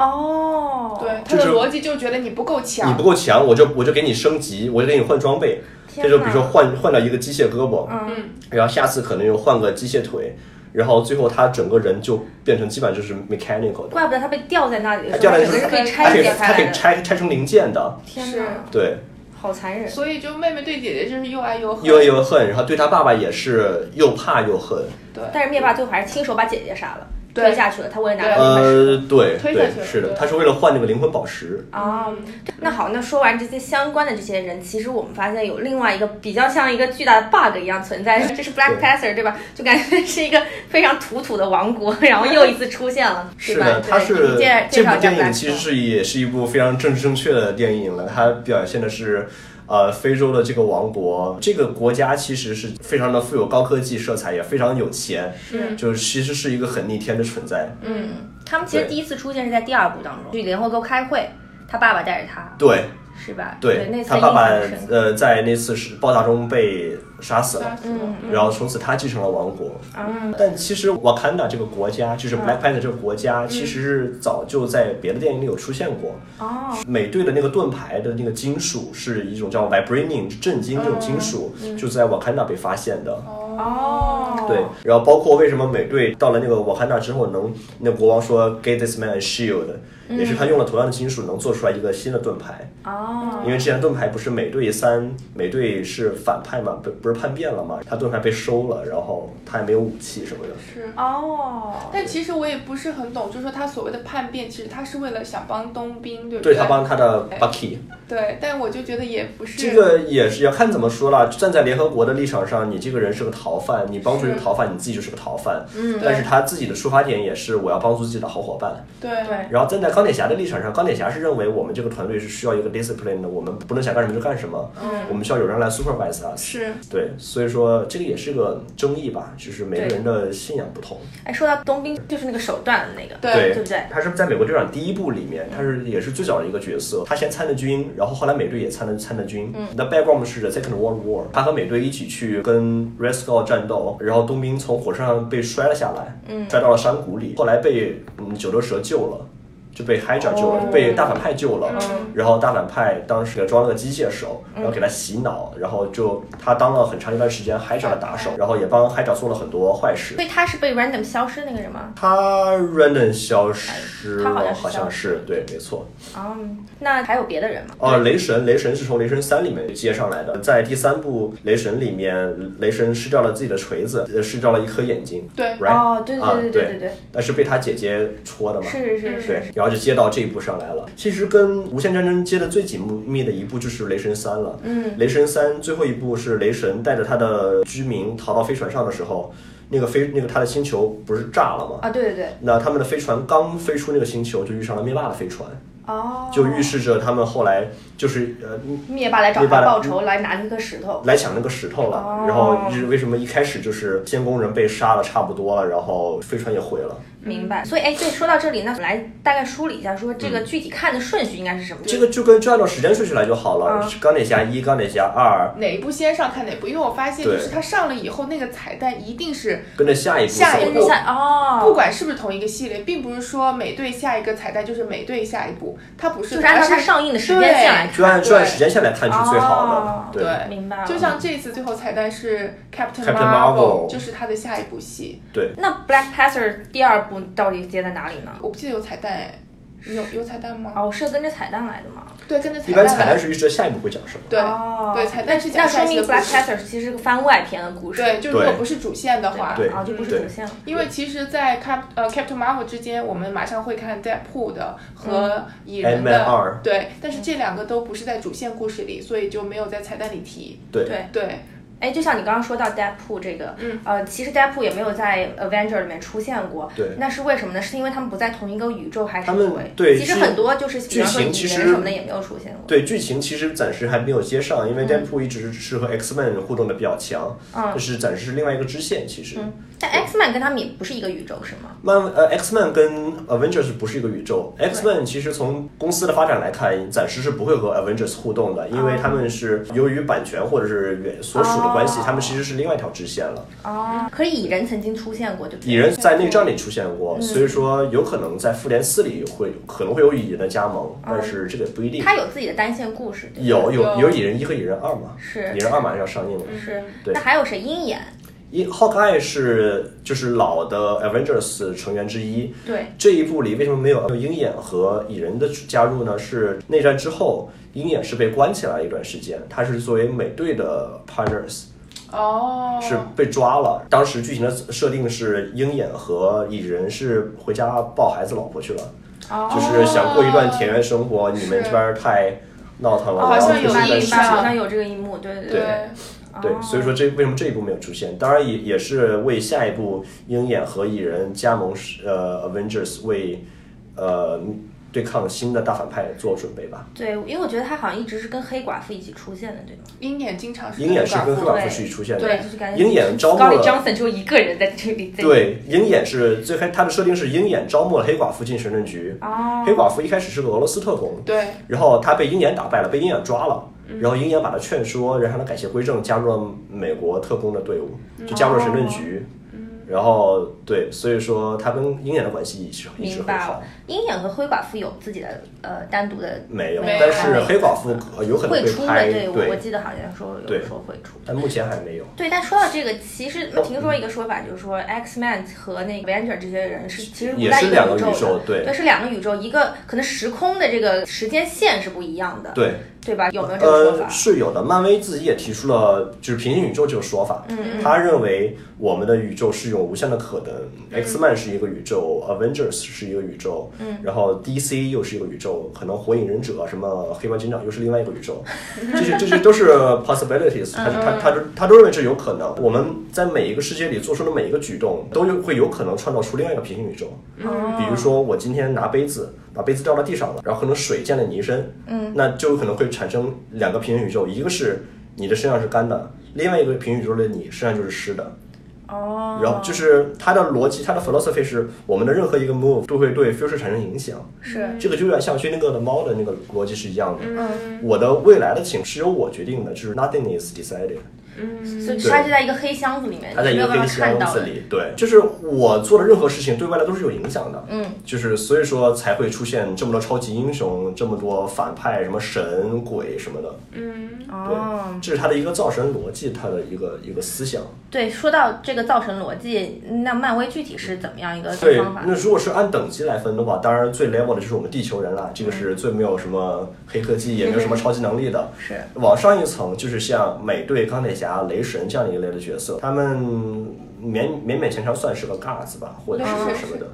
Speaker 2: 哦，
Speaker 1: 对
Speaker 4: 就
Speaker 1: 他的
Speaker 4: 是
Speaker 1: 逻辑就觉得你不够
Speaker 4: 你
Speaker 1: 强
Speaker 4: 不，够强，我就我就给你升级，我就给你换装备，
Speaker 2: 天
Speaker 4: 这就比如
Speaker 2: 哪
Speaker 4: 说换换了一个机械胳膊，
Speaker 1: 嗯，
Speaker 4: 然后下次可能又换个机械腿，然后最后她整个人就变成基本上就是 mechanical 的。
Speaker 2: 怪不得她被吊在那里
Speaker 4: 她
Speaker 2: 的时
Speaker 4: 掉
Speaker 2: 候，
Speaker 4: 下来
Speaker 2: 整个
Speaker 4: 就是
Speaker 2: 人可以
Speaker 4: 她可
Speaker 2: 拆
Speaker 4: 以
Speaker 2: 解开
Speaker 4: 她可以
Speaker 2: 来的。
Speaker 4: 拆拆成零件的，
Speaker 2: 天哪，
Speaker 4: 对，
Speaker 2: 好残忍！
Speaker 1: 所以就妹妹对姐姐就是又爱又恨，
Speaker 4: 又爱又恨，然后对他爸爸也是又怕又恨。
Speaker 1: 对
Speaker 2: 但是灭霸最后还是亲手把姐姐杀了，
Speaker 1: 对
Speaker 2: 推下去了。他为了拿到那块石
Speaker 4: 呃，对
Speaker 1: 推下去
Speaker 4: 对，
Speaker 1: 了
Speaker 4: 是的，
Speaker 1: 对
Speaker 4: 他是为了换那个灵魂宝石。
Speaker 2: 头。哦，
Speaker 1: 嗯
Speaker 2: 那好，那说完这些相关的这些人，其实我们发现有另外一个比较像一个巨大的 bug 一样存
Speaker 4: [LAUGHS]
Speaker 2: 在，这是 Black
Speaker 4: 对
Speaker 2: Panther 对吧？就感觉是一个非常土土的王国，然后又一次出现了，
Speaker 4: 是
Speaker 2: 对吧
Speaker 4: 的，？他
Speaker 2: 对
Speaker 4: 是
Speaker 2: 你介介
Speaker 4: 这
Speaker 2: 绍
Speaker 4: 部
Speaker 2: 一下
Speaker 4: 电
Speaker 2: Black
Speaker 4: 影其实
Speaker 2: Panther。
Speaker 4: 是也是一部非常政治正确的电影了。它表现的是，呃，非洲的这个王国，这个国家其实是非常的富有高科技色彩，也非常有钱，
Speaker 1: 嗯
Speaker 4: 就是其实是一个很逆天的存在。
Speaker 2: 嗯，他们其实
Speaker 4: 对
Speaker 2: 第一次出现是在第二部当中，去联合国开会，他爸爸带着他，
Speaker 4: 对，
Speaker 2: 是吧？
Speaker 4: 对
Speaker 2: 那次
Speaker 4: 他爸爸
Speaker 2: 印象深刻
Speaker 4: 呃在那次是爆炸中被杀死了
Speaker 1: 杀。死了。
Speaker 4: 然后从此他继承了王国，
Speaker 2: 嗯
Speaker 4: 但其实瓦坎达这个国家，就是 Black Panther 这个国家，其实是早就在别的电影里有出现过。
Speaker 2: 哦，
Speaker 4: 美队的那个盾牌的那个金属是一种叫 vibranium 震惊这种金属，就是在瓦坎达被发现的。
Speaker 2: 哦
Speaker 4: 对，然后包括为什么美队到了那个瓦坎达之后能，那国王说 “Give this man a shield”，、也是他用了同样的金属能做出来一个新的盾牌。
Speaker 2: 哦，
Speaker 1: 嗯
Speaker 4: 因为之前盾牌不是美队三，美队是反派嘛，不不是叛变了嘛，他盾牌被收了，然后他也没有武器什么的。
Speaker 1: 是。
Speaker 2: 哦，
Speaker 1: 但其实我也不是很懂，就是说他所谓的叛变，其实他是为了想帮冬兵，对不
Speaker 4: 对
Speaker 1: 对？
Speaker 4: 他帮他的 Bucky，
Speaker 1: 对，但我就觉得也不是
Speaker 4: 这个也是要看怎么说了。站在联合国的立场上，你这个人是个逃犯，你帮助一个
Speaker 1: 是
Speaker 4: 逃犯，你自己就是个逃犯。嗯，但是他自己的出发点也是我要帮助自己的好伙伴。
Speaker 1: 对
Speaker 2: 对
Speaker 4: 然后站在钢铁侠的立场上，钢铁侠是认为我们这个团队是需要一个 discipline 的，我们不能想干什么就干什么，
Speaker 1: 嗯
Speaker 4: 我们需要有人来 supervise us。
Speaker 1: 是
Speaker 4: 对，所以说这个也是个争议吧，就是每个人的信仰不同。
Speaker 2: 哎，说到冬兵，就是那个手段的那个，
Speaker 1: 对
Speaker 2: 对不对？
Speaker 4: 他是在美国队长第一部里面，他是也是最早的一个角色，他先参的军，然后后来美队也参的参的军。嗯，那 background 是 The Second World War，他和美队一起去跟 Red Skull 战斗，然后冬兵从火车上被摔了下来，嗯，摔到了山谷里，后来被嗯九头蛇救了。就被 Hydra 救了，被大反派救了。然后大反派当时给他装了个机械手，然后给他洗脑，然后就他当了很长一段时间 Hydra 的打手，然后也帮 Hydra 做了很多坏事
Speaker 2: 所。以他是被 random 消失那个人吗？
Speaker 4: 他 random 消失
Speaker 2: 哎他好像
Speaker 4: 了，
Speaker 2: 是
Speaker 4: 好像
Speaker 2: 消
Speaker 4: 是对，没错。
Speaker 2: 哦，那还有别的人吗？
Speaker 4: 哦，雷神，雷神是从《雷神三》里面接上来的，在第三部《雷神》里面，雷神失掉了自己的锤子，呃失掉了一颗眼睛。
Speaker 1: 对
Speaker 4: Right?
Speaker 2: 哦对对
Speaker 4: 啊
Speaker 2: 对对
Speaker 4: 对
Speaker 2: 对对
Speaker 4: 但是被他姐姐戳的嘛。
Speaker 2: 是是是
Speaker 4: 对，然后就接到这一步上来了。其实跟《无限战争》接的最紧密的一步就是《雷神三》了。嗯，《雷神三》最后一步是雷神带着他的居民逃到飞船上的时候，那个飞那个他的星球不是炸了吗？
Speaker 2: 啊，对对对，
Speaker 4: 那他们的飞船刚飞出那个星球，就遇上了灭霸的飞船，
Speaker 2: 哦，
Speaker 4: 就预示着他们后来就是呃
Speaker 2: 灭霸来找
Speaker 4: 灭霸
Speaker 2: 他
Speaker 4: 来
Speaker 2: 报仇，来拿那颗石头。
Speaker 4: 来抢那个石头了。然后就是为什么一开始就是先工人被杀了差不多了，然后飞船也毁了。
Speaker 1: 嗯
Speaker 2: 明白，所以哎，对，说到这里，那我们来大概梳理一下，说这个具体看的顺序应该是什么？
Speaker 4: 这个就跟就按照时间顺序来就好了，是钢铁侠一、钢铁侠二，
Speaker 1: 哪一部先上看哪部，因为我发现就
Speaker 4: 对
Speaker 1: 是它上了以后，那个彩蛋一定是
Speaker 4: 跟着下一步走。
Speaker 1: 下一
Speaker 2: 跟着
Speaker 1: 步
Speaker 2: 下哦，
Speaker 1: 不管是不是同一个系列，并不是说美队下一个彩蛋就是美队下一部，它不是，
Speaker 2: 就是按照它
Speaker 1: 是
Speaker 2: 上映的时间线来看。
Speaker 4: 就按就按
Speaker 1: 对
Speaker 4: 时间线来看是最
Speaker 2: 哦
Speaker 4: 好的，
Speaker 1: 对，
Speaker 2: 明白了
Speaker 1: 就像这次最后彩蛋是 Captain
Speaker 4: Captain Marvel
Speaker 1: 就是他的下一部戏，
Speaker 4: 对。
Speaker 2: 那 Black Panther 第二部到底接在哪里呢？
Speaker 1: 我不记得有彩蛋哎，你有有彩蛋吗？
Speaker 2: 哦，是跟着彩蛋来的吗？
Speaker 1: 对，跟着彩
Speaker 4: 一
Speaker 1: 蛋
Speaker 4: 般
Speaker 1: 来。
Speaker 4: 彩蛋是预示着下一步会讲什么。
Speaker 1: 对、
Speaker 2: 哦
Speaker 1: 对，彩蛋是
Speaker 2: 那
Speaker 1: 讲
Speaker 2: 说
Speaker 1: 下一
Speaker 2: 明
Speaker 1: 个
Speaker 2: Black Panther 其实是个番外篇的故事。
Speaker 1: 对，就如果
Speaker 4: 对
Speaker 1: 不是主线的话，
Speaker 4: 对
Speaker 2: 啊，就不是
Speaker 4: 对
Speaker 2: 主线了。
Speaker 1: 因为其实，在 Cap 呃 Captain Marvel 之间，我们马上会看 Deadpool 的和蚁人
Speaker 4: Ant-Man 二
Speaker 1: 的，对，但是这两个都不是在主线故事里，所以就没有在彩蛋里提。
Speaker 4: 对
Speaker 2: 对
Speaker 1: 对，
Speaker 2: 哎，就像你刚刚说到 Deadpool 这个，
Speaker 1: 嗯，
Speaker 2: 呃，其实 Deadpool 也没有在 Avenger 里面出现过，
Speaker 4: 对
Speaker 2: 那是为什么呢？是因为他们不在同一个宇宙，还是
Speaker 4: 他们
Speaker 2: 因为
Speaker 4: 对
Speaker 2: 其实
Speaker 4: 是
Speaker 2: 很多就是比方说蚁
Speaker 4: 剧情其
Speaker 2: 人
Speaker 4: 实
Speaker 2: 什么的也没有出现过，
Speaker 4: 对剧情其实暂时还没有接上，因为 Deadpool 一直是和 X Men 互动的比较强，但是暂时是另外一个支线。其实，
Speaker 2: 但 X Man 跟他们也不是一个宇宙，是吗？
Speaker 4: 漫呃 X Men 跟 Avengers 不是一个宇宙，X Men 其实从公司的发展来看，暂时是不会和 Avengers 互动的，因为他们是由于版权或者是原所属的关系，
Speaker 2: 哦
Speaker 4: 他们其实是另外一条支线了。
Speaker 2: 哦，可是蚁人曾经出现过，对不对？
Speaker 4: 蚁人在内战里出现
Speaker 2: 嗯
Speaker 4: 过，所以说有可能在复联四里会可能会有蚁人的加盟，但是这个也不一定。
Speaker 2: 哦他有自己的单线故事，对不对
Speaker 4: 有有
Speaker 1: 有
Speaker 4: 有蚁人一和蚁人二嘛？
Speaker 2: 是嗯
Speaker 4: 蚁人二马上要上映了。
Speaker 2: 是，
Speaker 4: 对
Speaker 2: 那还有谁？鹰眼，
Speaker 4: 一 Hawkeye 是就是老的 Avengers 成员之一。
Speaker 2: 对，
Speaker 4: 这一部里为什么没有没有鹰眼和蚁人的加入呢？是内战之后，鹰眼是被关起来一段时间，他是作为美队的 partners
Speaker 1: 哦，
Speaker 4: 是被抓了。当时剧情的设定是鹰眼和蚁人是回家抱孩子老婆去了，
Speaker 1: 哦
Speaker 4: 就是想过一段田园生活，你们这边儿太闹腾了，
Speaker 1: 哦
Speaker 4: 然后
Speaker 1: 好像
Speaker 4: 就
Speaker 1: 有
Speaker 4: 是一
Speaker 1: 一
Speaker 4: 段时
Speaker 1: 半
Speaker 4: 间
Speaker 1: 吧
Speaker 2: 好像有这个一幕，对对
Speaker 1: 对。
Speaker 4: 对，
Speaker 2: 哦
Speaker 4: 所以说这为什么这一部没有出现？当然也也是为下一部鹰眼和蚁人加盟是呃 Avengers 为呃对抗新的大反派做准备吧。
Speaker 2: 对，因为我觉得他好像一直是跟黑寡妇一起出现的，对吗？
Speaker 1: 鹰眼经常是
Speaker 4: 鹰眼是跟黑
Speaker 1: 黑寡妇
Speaker 4: 寡妇是一起出现的，
Speaker 1: 对
Speaker 2: 就是感觉
Speaker 4: 鹰眼招募
Speaker 3: Scarlett
Speaker 4: 了。
Speaker 3: Johnson 只有一个人在这里，在，
Speaker 4: 对，鹰眼是最开，他的设定是鹰眼招募了黑寡妇进神盾局。
Speaker 2: 哦
Speaker 4: 黑寡妇一开始是个俄罗斯特工，
Speaker 1: 对，
Speaker 4: 然后他被鹰眼打败了，被鹰眼抓了，
Speaker 2: 嗯
Speaker 4: 然后鹰眼把他劝说，让他改邪归正，加入了美国特工的队伍，
Speaker 2: 哦
Speaker 4: 就加入了神盾局。
Speaker 2: 嗯
Speaker 4: 然后对，所以说他跟鹰眼的关系一直一直
Speaker 2: 明
Speaker 4: 很
Speaker 2: 白
Speaker 4: 好
Speaker 2: 了。。鹰眼和灰寡妇有自己的呃单独的
Speaker 4: 没有，
Speaker 1: 没有
Speaker 4: 但是黑寡妇呃有可能
Speaker 2: 会
Speaker 4: 被
Speaker 2: 出的，
Speaker 4: 拍，
Speaker 2: 对我我记得好像说有
Speaker 4: 对哦
Speaker 2: 说会出。
Speaker 4: 但目前还没有。
Speaker 2: 对，但说到这个，其实听
Speaker 4: 嗯
Speaker 2: 说一个说法，就是说 X Man 和那个 Avenger 这些人是其实不
Speaker 4: 也
Speaker 2: 在
Speaker 4: 是
Speaker 2: 一
Speaker 4: 两个
Speaker 2: 宇
Speaker 4: 宇宙
Speaker 2: 的，
Speaker 4: 对
Speaker 2: 对，是两个宇宙，一个可能时空的这个时间线是不一样的，
Speaker 4: 对，
Speaker 2: 对吧？有没有这个说
Speaker 4: 呃，
Speaker 2: 法？
Speaker 4: 是有的。漫威自己也提出了就是平行宇宙这个说法，
Speaker 2: 嗯
Speaker 4: 他认为我们的宇宙是有无限的可能、x
Speaker 2: 嗯
Speaker 4: Man 是一个宇宙，Avengers 是一个宇宙，然后 DC 又是一个宇宙，可能火影忍者什么黑猫警长又是另外一个宇宙，
Speaker 2: [LAUGHS]
Speaker 4: 这些这些都是 possibilities，他
Speaker 2: 嗯
Speaker 4: 他他都他都认为这有可能。我们在每一个世界里做出的每一个举动，都有会有可能创造出另外一个平行宇宙。比如说我今天拿杯子，把杯子掉到地上了，然后可能水溅了你一身，嗯，那就有可能会产生两个平行宇宙，一个是你的身上是干的，另外一个平行宇宙的你身上就是湿的。
Speaker 2: 哦，
Speaker 4: 然后就是它的逻辑，它的 philosophy 是我们的任何一个 move 都会对 future 产生影响。
Speaker 2: 是
Speaker 4: 这个就有点像薛定谔的猫的那个逻辑是一样的。
Speaker 1: 嗯
Speaker 4: 我的未来的情是由我决定的，就是 nothing is decided。
Speaker 1: 嗯，
Speaker 2: 所以
Speaker 4: 对
Speaker 2: 它是在一个黑箱子里面，
Speaker 4: 它在一
Speaker 2: 没
Speaker 4: 个
Speaker 2: 有办
Speaker 4: 黑
Speaker 2: 法看
Speaker 4: 箱
Speaker 2: 到
Speaker 4: 子
Speaker 2: 的。
Speaker 4: 里，对，就是我做的任何事情对未来都是有影响的，嗯，就是所以说才会出现这么多超级英雄，这么多反派，什么神鬼什么的，对，
Speaker 2: 哦，
Speaker 4: 这是他的一个造神逻辑，他的一个一个思想。
Speaker 2: 对，说到这个造神逻辑，那漫威具体是怎么样一个
Speaker 4: 对
Speaker 2: 方法，
Speaker 4: 那？如果是按等级来分的话，当然最 level 的就是我们地球人啦，这个是最没有什么黑科技，也没有什么超级能力的。
Speaker 2: 嗯是
Speaker 4: 往上一层就是像美队、钢铁侠、雷神这样一类的角色，他们勉勉勉强强算是个 gods 吧，或者是
Speaker 2: 哦
Speaker 1: 嗯
Speaker 4: 什么的。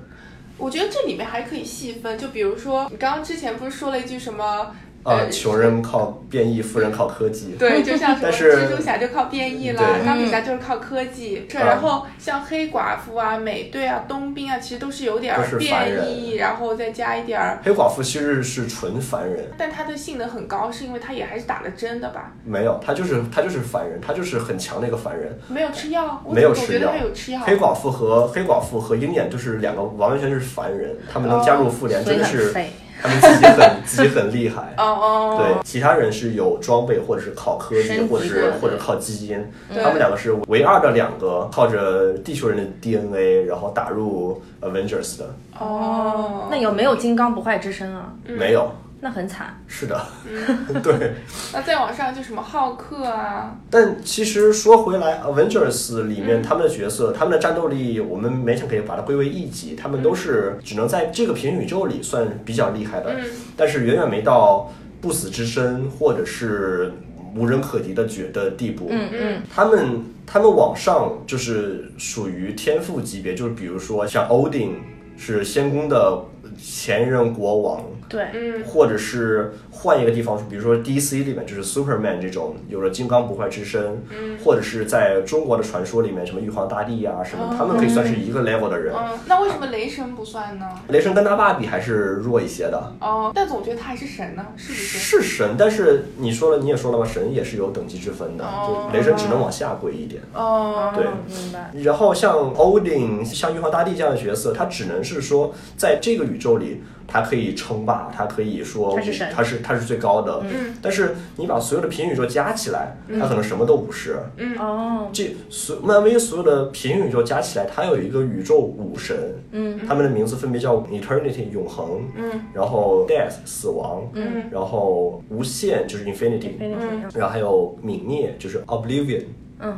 Speaker 1: 我觉得这里面还可以细分，就比如说你刚刚之前不是说了一句什么？
Speaker 4: 啊，穷人靠变异，富人靠科技。
Speaker 1: 对，就像什么
Speaker 4: 但是
Speaker 1: 蜘蛛侠就靠变异啦，
Speaker 4: 对嗯
Speaker 1: 钢铁侠就是靠科技，是、然后像黑寡妇啊、美队啊、冬兵啊，其实都是有点
Speaker 4: 都
Speaker 1: 儿
Speaker 4: 是凡人
Speaker 1: 变异，然后再加一点儿。
Speaker 4: 黑寡妇其实是纯凡人，
Speaker 1: 但它的性能很高，是因为它也还是打了针的吧？
Speaker 4: 没有，她就是她就是凡人，她就是很强的一个凡人。
Speaker 1: 没有吃药，我
Speaker 4: 没有
Speaker 1: 总
Speaker 4: 吃
Speaker 1: 觉得
Speaker 4: 药
Speaker 1: 它有吃药。
Speaker 4: 黑寡妇和黑寡妇和鹰眼就是两个完完全是凡人，他们能加入复联
Speaker 2: 哦所
Speaker 4: 真
Speaker 2: 以
Speaker 4: 的
Speaker 2: 很
Speaker 4: 是
Speaker 2: 废。
Speaker 4: 他们自己
Speaker 2: [LAUGHS]
Speaker 4: 很自己很厉害。
Speaker 1: 哦哦，
Speaker 4: 对，其他人是有装备，或者是靠科技
Speaker 2: 升，级
Speaker 4: 或者是
Speaker 2: 的
Speaker 4: 或者靠基因，
Speaker 1: 对
Speaker 4: 他们两个是唯二的两个靠着地球人的 DNA，然后打入呃 Avengers 的，
Speaker 1: 哦，
Speaker 2: 那有没有金刚不坏之身啊？
Speaker 4: 没有，
Speaker 2: 那很惨。
Speaker 4: 是的，对。
Speaker 1: 那再往上就什么浩克啊，
Speaker 4: 但其实说回来，Avengers 里面他们的角色、他们的战斗力，我们勉强可以把它归为一级，他们都是只能在这个平行宇宙里算比较厉害的，
Speaker 1: 嗯
Speaker 4: 但是远远没到不死之身或者是无人可敌的觉的地步。
Speaker 2: 嗯嗯，
Speaker 4: 他们他们往上就是属于天赋级别，就是比如说像 Odin 是仙宫的前任国王，
Speaker 2: 对，
Speaker 1: 嗯
Speaker 4: 或者是换一个地方，比如说 DC 里面就是 Superman 这种有着金刚不坏之身，
Speaker 1: 嗯
Speaker 4: 或者是在中国的传说里面什么玉皇大帝呀、什么，他们可以算是一个 level 的人。
Speaker 1: 哦嗯，那为什么雷神不算呢？
Speaker 4: 雷神跟他爸比还是弱一些的，
Speaker 1: 哦，但总觉得他还是神呢，是不是？
Speaker 4: 是神，但是你说了你也说了嘛，神也是有等级之分的，就雷神只能往下跪一点。
Speaker 1: 哦，
Speaker 4: 对
Speaker 2: 哦明白。
Speaker 4: 然后像 Odin、像玉皇大帝这样的角色，他只能是说在这个宇宙里，他可以称霸，他可以说
Speaker 2: 他是神
Speaker 4: 他是他是最高的。
Speaker 1: 嗯，
Speaker 4: 但是你把所有的平行宇宙加起来，他可能什么都不是。
Speaker 2: 哦，
Speaker 4: 这所漫威所有的平行宇宙加起来，它有一个宇宙武神，嗯，他们的名字分别叫 Eternity 永恒，嗯，然后 Death 死亡，嗯，然后无限就是 Infinity，
Speaker 2: 非得怎样
Speaker 4: 然后还有泯灭，就是 Oblivion。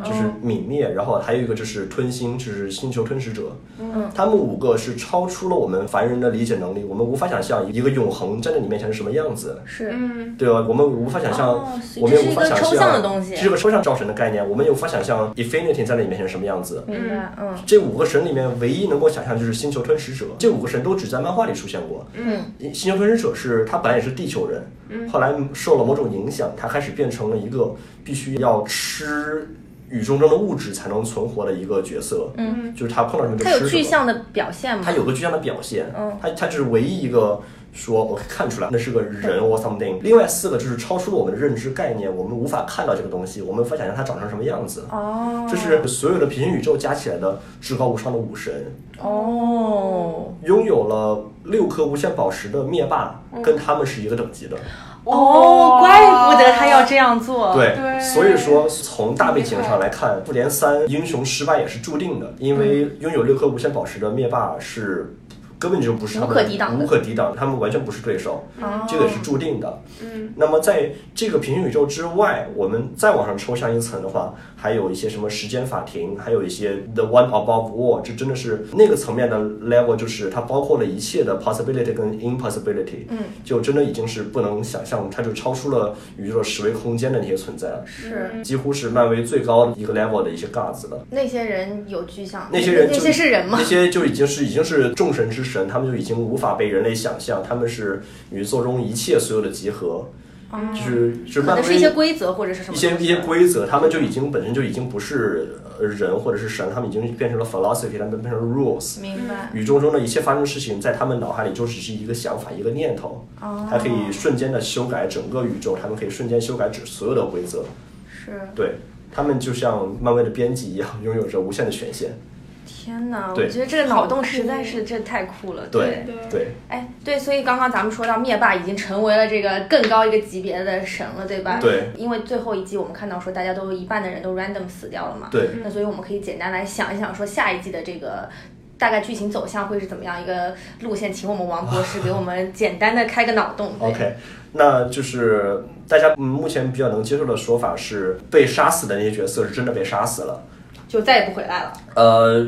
Speaker 4: 就是
Speaker 2: 嗯
Speaker 4: 泯灭，然后还有一个就是吞星，就是星球吞食者。嗯，他们五个是超出了我们凡人的理解能力，我们无法想象一个永恒站在你面前是什么样子。
Speaker 2: 是
Speaker 1: 嗯，
Speaker 4: 对啊吧？我们无法想象，
Speaker 2: 哦所以
Speaker 4: 我们也无法
Speaker 2: 这是一个
Speaker 4: 想象
Speaker 2: 抽象的东西
Speaker 4: 这是个抽象造神的概念，我们也无法想象 Infinity 在那里面是什么样子。
Speaker 2: 明白，嗯，
Speaker 4: 这五个神里面，唯一能够想象就是星球吞食者。这五个神都只在漫画里出现过。嗯，星球吞食者是他本来也是地球人，后来受了某种影响，他开始变成了一个必须要吃宇宙中的物质才能存活的一个角色。嗯，就是他碰到什么就
Speaker 2: 它
Speaker 4: 吃
Speaker 2: 有
Speaker 4: 什么。
Speaker 2: 具象的表现吗
Speaker 4: 嗯它？有个具象的表现，它它就是唯一一个说我看出来那是个人 or something。另外四个就是超出了我们的认知概念，我们无法看到这个东西，我们无法想象它长成什么样子。
Speaker 3: 哦
Speaker 4: 这是所有的平行宇宙加起来的至高无上的武神。
Speaker 3: 哦
Speaker 4: 拥有了六颗无限宝石的灭霸，
Speaker 2: 嗯
Speaker 4: 跟他们是一个等级的。
Speaker 3: 哦，怪不得他要这样
Speaker 2: 哦
Speaker 3: 做。，
Speaker 4: 对，
Speaker 1: 对
Speaker 4: 所以说从大背景上来看，复联三英雄失败也是注定的，因为拥有六颗无限宝石的灭霸是。根本就不是他们
Speaker 2: 无可抵挡的
Speaker 4: 无可抵挡，他们完全不是对手，
Speaker 3: 哦
Speaker 4: 这个也是注定的。
Speaker 1: 嗯，
Speaker 4: 那么在这个平行宇宙之外，我们再往上抽象一层的话，还有一些什么时间法庭，还有一些 the one above all，这真的是那个层面的 level，就是它包括了一切的 possibility 跟 impossibility，嗯，就真的已经是不能想象，它就超出了宇宙十维空间的那些存在了，
Speaker 2: 是
Speaker 4: 几乎是漫威最高的一个 level 的一些 gods 了。
Speaker 2: 那些人有具象，
Speaker 4: 那些人就
Speaker 2: 那些是人吗
Speaker 4: 那？些就已经是已经是众神之神，他们就已经无法被人类想象，他们是宇宙中一切所有的集合，就是就是
Speaker 2: 哦可
Speaker 4: 漫
Speaker 2: 能
Speaker 4: 威
Speaker 2: 是一些规则或者是什
Speaker 4: 一
Speaker 2: 么
Speaker 4: 些
Speaker 2: 东西
Speaker 4: 一些规则，他们就已经本身就已经不是呃人或者是神，他们已经变成了 philosophy，他们变成了 rules。
Speaker 3: 明白。
Speaker 4: 宇宙中的一切发生的事情，在他们脑海里就只是一个想法、一个念头，它可以瞬间的修改整个宇宙，他们可以瞬间修改整所有的规则。
Speaker 2: 是
Speaker 4: 对他们就像漫威的编辑一样，拥有着无限的权限。
Speaker 2: 天哪，我
Speaker 4: 对
Speaker 2: 觉得这个脑洞实在是这太酷了。
Speaker 4: 对
Speaker 1: 对
Speaker 4: 对，
Speaker 2: 哎，对，所以刚刚咱们说到灭霸已经成为了这个更高一个级别的神了，对吧？
Speaker 4: 对。
Speaker 2: 因为最后一集我们看到说大家都一半的人都 random 死掉了嘛。
Speaker 4: 对。嗯
Speaker 2: 那所以我们可以简单来想一想，说下一季的这个。大概剧情走向会是怎么样一个路线？请我们王博士给我
Speaker 4: [LAUGHS]
Speaker 2: 们简单的开个脑洞。对
Speaker 4: OK，那就是大家嗯目前比较能接受的说法是，被杀死的那些角色是真的被杀死了。
Speaker 2: 就再也不回来了。
Speaker 4: 呃，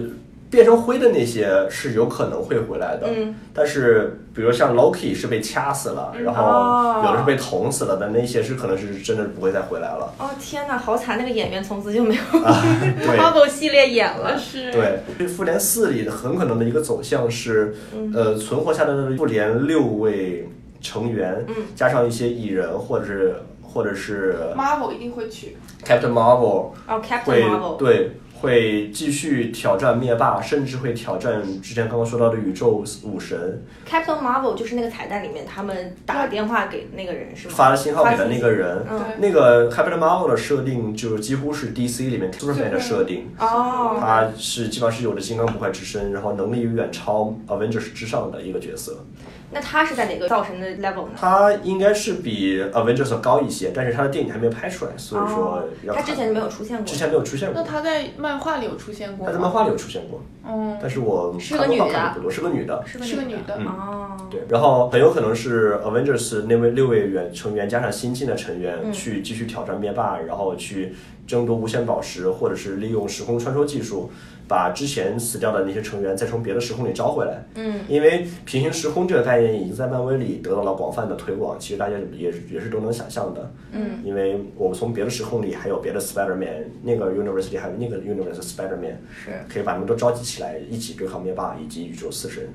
Speaker 4: 变成灰的那些是有可能会回来的，
Speaker 2: 嗯
Speaker 4: 但是比如像 Loki 是被掐死了，然
Speaker 3: 哦
Speaker 4: 后有的是被捅死了的，那些是可能是真的不会再回来了。
Speaker 2: 哦天哪，好惨！那个演员从此就没有嗯
Speaker 4: 对
Speaker 2: [LAUGHS] Marvel 系列演了。
Speaker 1: 是，
Speaker 4: 对，复联四里很可能的一个走向是，
Speaker 2: 嗯
Speaker 4: 呃，存活下来的复联六位成员，
Speaker 2: 嗯
Speaker 4: 加上一些蚁人或者是或者是
Speaker 1: Marvel 一定会去，
Speaker 4: Captain Marvel。
Speaker 2: 哦，Captain
Speaker 4: 会
Speaker 2: Marvel。
Speaker 4: 对会继续挑战灭霸，甚至会挑战之前刚刚说到的宇宙武神，
Speaker 2: Captain Marvel 就是那个彩蛋里面他们打电话给那个人是吗？
Speaker 4: 发了信号给的那个人。
Speaker 2: 嗯
Speaker 1: 对
Speaker 4: 那个 Captain Marvel 的设定就几乎是 DC 里面 Superman 的设定，
Speaker 2: 哦，
Speaker 4: 他是基本上是有着金刚不坏之身，然后能力远超 Avengers 之上的一个角色。
Speaker 2: 那他是在哪个造神的 level 呢？
Speaker 4: 他应该是比 Avengers 高一些，但是他的电影还没有拍出来，所以说
Speaker 2: 哦
Speaker 4: 要
Speaker 2: 他
Speaker 4: 看
Speaker 2: 之前没有出现过
Speaker 4: 之。前没有出现
Speaker 1: 那
Speaker 4: 过。
Speaker 1: 他在漫画里有出现过
Speaker 4: 他在漫
Speaker 1: 吗？
Speaker 4: 画里有出现过，
Speaker 1: 嗯，
Speaker 4: 但是我
Speaker 2: 是
Speaker 4: 看
Speaker 2: 个
Speaker 4: 动画
Speaker 2: 女的啊
Speaker 4: 看的不多，是个女的，
Speaker 1: 是个女的，
Speaker 4: 嗯
Speaker 2: 哦，
Speaker 4: 对，然后很有可能是 Avengers 那位六位员成员加上新进的成员去继续挑战灭霸，然后去争夺无限宝石，或者是利用时空穿梭技术，把之前死掉的那些成员再从别的时空里招回来。嗯，因为平行时空这个概念已经在漫威里得到了广泛的推广，其实大家也是也是都能想象的。嗯，因为我们从别的时空里还有别的 Spider-Man，那个 universe 里还有那个 universe Spider-Man，
Speaker 2: 是
Speaker 4: 可以把他们都召集起来一起对抗灭霸以及宇宙死神。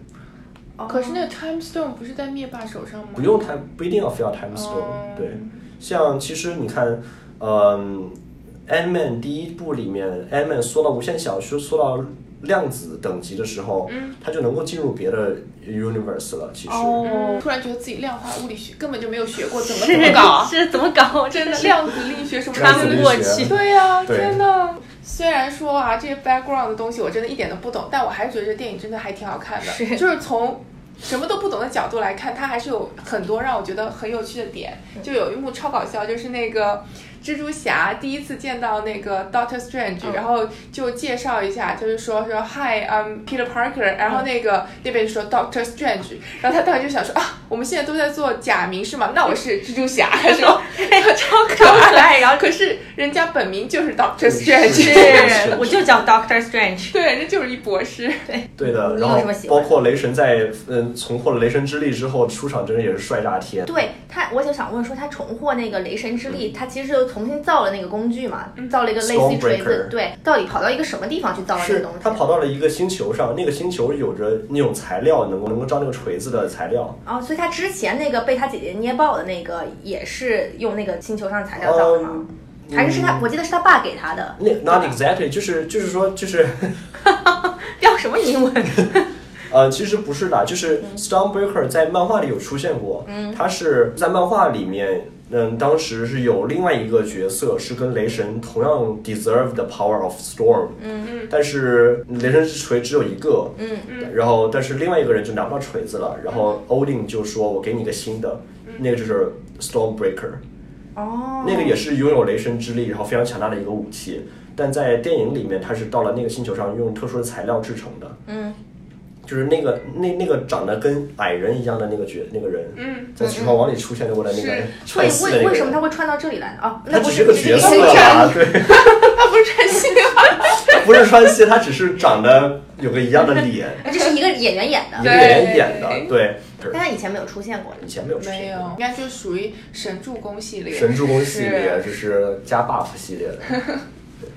Speaker 1: 可是那个 Time Stone 不是在灭霸手上吗？
Speaker 4: 不用 time，不一定要非要 time
Speaker 2: 嗯
Speaker 4: stone、
Speaker 1: 哦
Speaker 4: 对，像其实你看，嗯，Ant Man 第一部里面，Ant Man 缩到无限小，缩缩到量子等级的时候，
Speaker 2: 嗯
Speaker 4: 他就能够进入别的 universe 了。其实，
Speaker 2: 哦
Speaker 1: 嗯，突然觉得自己量化物理学根本就没有学过，怎么怎么搞？
Speaker 2: [LAUGHS]
Speaker 4: 哦
Speaker 2: 是怎么搞？
Speaker 1: 真
Speaker 2: 真
Speaker 1: 的
Speaker 2: 是
Speaker 1: 量子力学什么
Speaker 4: 量子
Speaker 1: 的
Speaker 4: 力学
Speaker 2: 过去
Speaker 1: 对呀、
Speaker 4: 对
Speaker 1: 真的。虽然说啊，这些 background 的东西我真的一点都不懂，但我还是觉得这电影真的还挺好看的。
Speaker 2: 是
Speaker 1: 就是从什么都不懂的角度来看，它还是有很多让我觉得很有趣的点。就有一幕超搞笑，就是那个蜘蛛侠第一次见到那个 Doctor Strange，、
Speaker 4: 嗯
Speaker 1: 然后就介绍一下，就是说说 Hi，I'm Peter Parker，然后那
Speaker 4: 嗯
Speaker 1: 个、那边就说 Doctor Strange，然后他当时就想说啊，我们现在都在做假名是吗？那我是蜘
Speaker 4: [LAUGHS]
Speaker 1: 蛛侠，他说
Speaker 4: 哎
Speaker 1: [LAUGHS] 超可爱，然后可是人家本名就是 Doctor
Speaker 4: 是
Speaker 1: Strange，
Speaker 2: 是，我就叫 Doctor Strange。
Speaker 1: [LAUGHS] 对，人家就是一博士，
Speaker 4: 对的。
Speaker 2: 你
Speaker 4: 然
Speaker 2: 有
Speaker 4: 后
Speaker 2: 什么喜
Speaker 4: 包
Speaker 2: 欢
Speaker 4: 括雷神在嗯重获了雷神之力之后出场，真的也是帅炸天。
Speaker 2: 对他，我就想问说，他重获那个雷神之
Speaker 4: 嗯
Speaker 2: 力，他其实又重新造了那个工具嘛，造了一个类似于锤
Speaker 4: Stormbreaker
Speaker 2: 子，对，到底跑到一个什么地方去造了那个
Speaker 4: 是
Speaker 2: 东西？
Speaker 4: 他跑到了一个星球上，那个星球有着那种材料，能够能够造那个锤子的材料。
Speaker 2: 哦，所以他之前那个被他姐姐捏爆的那个，也是用那个星球上的材料造的吗？
Speaker 4: 嗯
Speaker 2: 还是是他？我记得是他爸给他 [LAUGHS] 的，
Speaker 4: 那 not exactly，就是就是说就是
Speaker 2: 叫什么英文？
Speaker 4: 呃，其实不是的，就是 Stormbreaker 在漫画里有出现过，他是在漫画里面，嗯，当时是有另外一个角色是跟雷神同样 deserve the power of storm，嗯嗯，但是雷神之锤只有一个，嗯嗯，然后但是另外一个人就拿不到锤子了，然后 Odin 就说我给你一个新的，那个就是 Stormbreaker，
Speaker 2: 哦，
Speaker 4: 那个也是拥有雷神之力，然后非常强大的一个武器，但在电影里面它是到了那个星球上用特殊的材料制成的，
Speaker 2: 嗯，
Speaker 4: 就是那个那那个长得跟矮人一样的那个角那个人，
Speaker 1: 嗯，
Speaker 4: 在《指环王》里出现过的那个
Speaker 1: 是
Speaker 2: 所
Speaker 4: 穿
Speaker 2: 以
Speaker 4: 丝的那
Speaker 2: 为
Speaker 4: 个
Speaker 2: 为什么
Speaker 4: 人，
Speaker 2: 他会串到这里来呢？哦，
Speaker 4: 他
Speaker 2: 那不
Speaker 4: 只是
Speaker 2: 是
Speaker 4: 个
Speaker 2: 你
Speaker 4: 角
Speaker 2: 你
Speaker 4: 色啊
Speaker 2: 你
Speaker 4: 啦，对，
Speaker 1: 他不是穿西的吗？
Speaker 4: 他 [LAUGHS] 不是穿戏，他只是长得有个一样的脸，
Speaker 2: 这是一个演员演的，
Speaker 4: 一个人演的，对，
Speaker 2: 但他以前没有出现过。
Speaker 4: 以前没有出
Speaker 1: 没
Speaker 4: 现
Speaker 1: 有
Speaker 4: 过。，
Speaker 1: 应该就属于神助攻系列。
Speaker 4: 神助攻系列，就是加 buff 系列的。对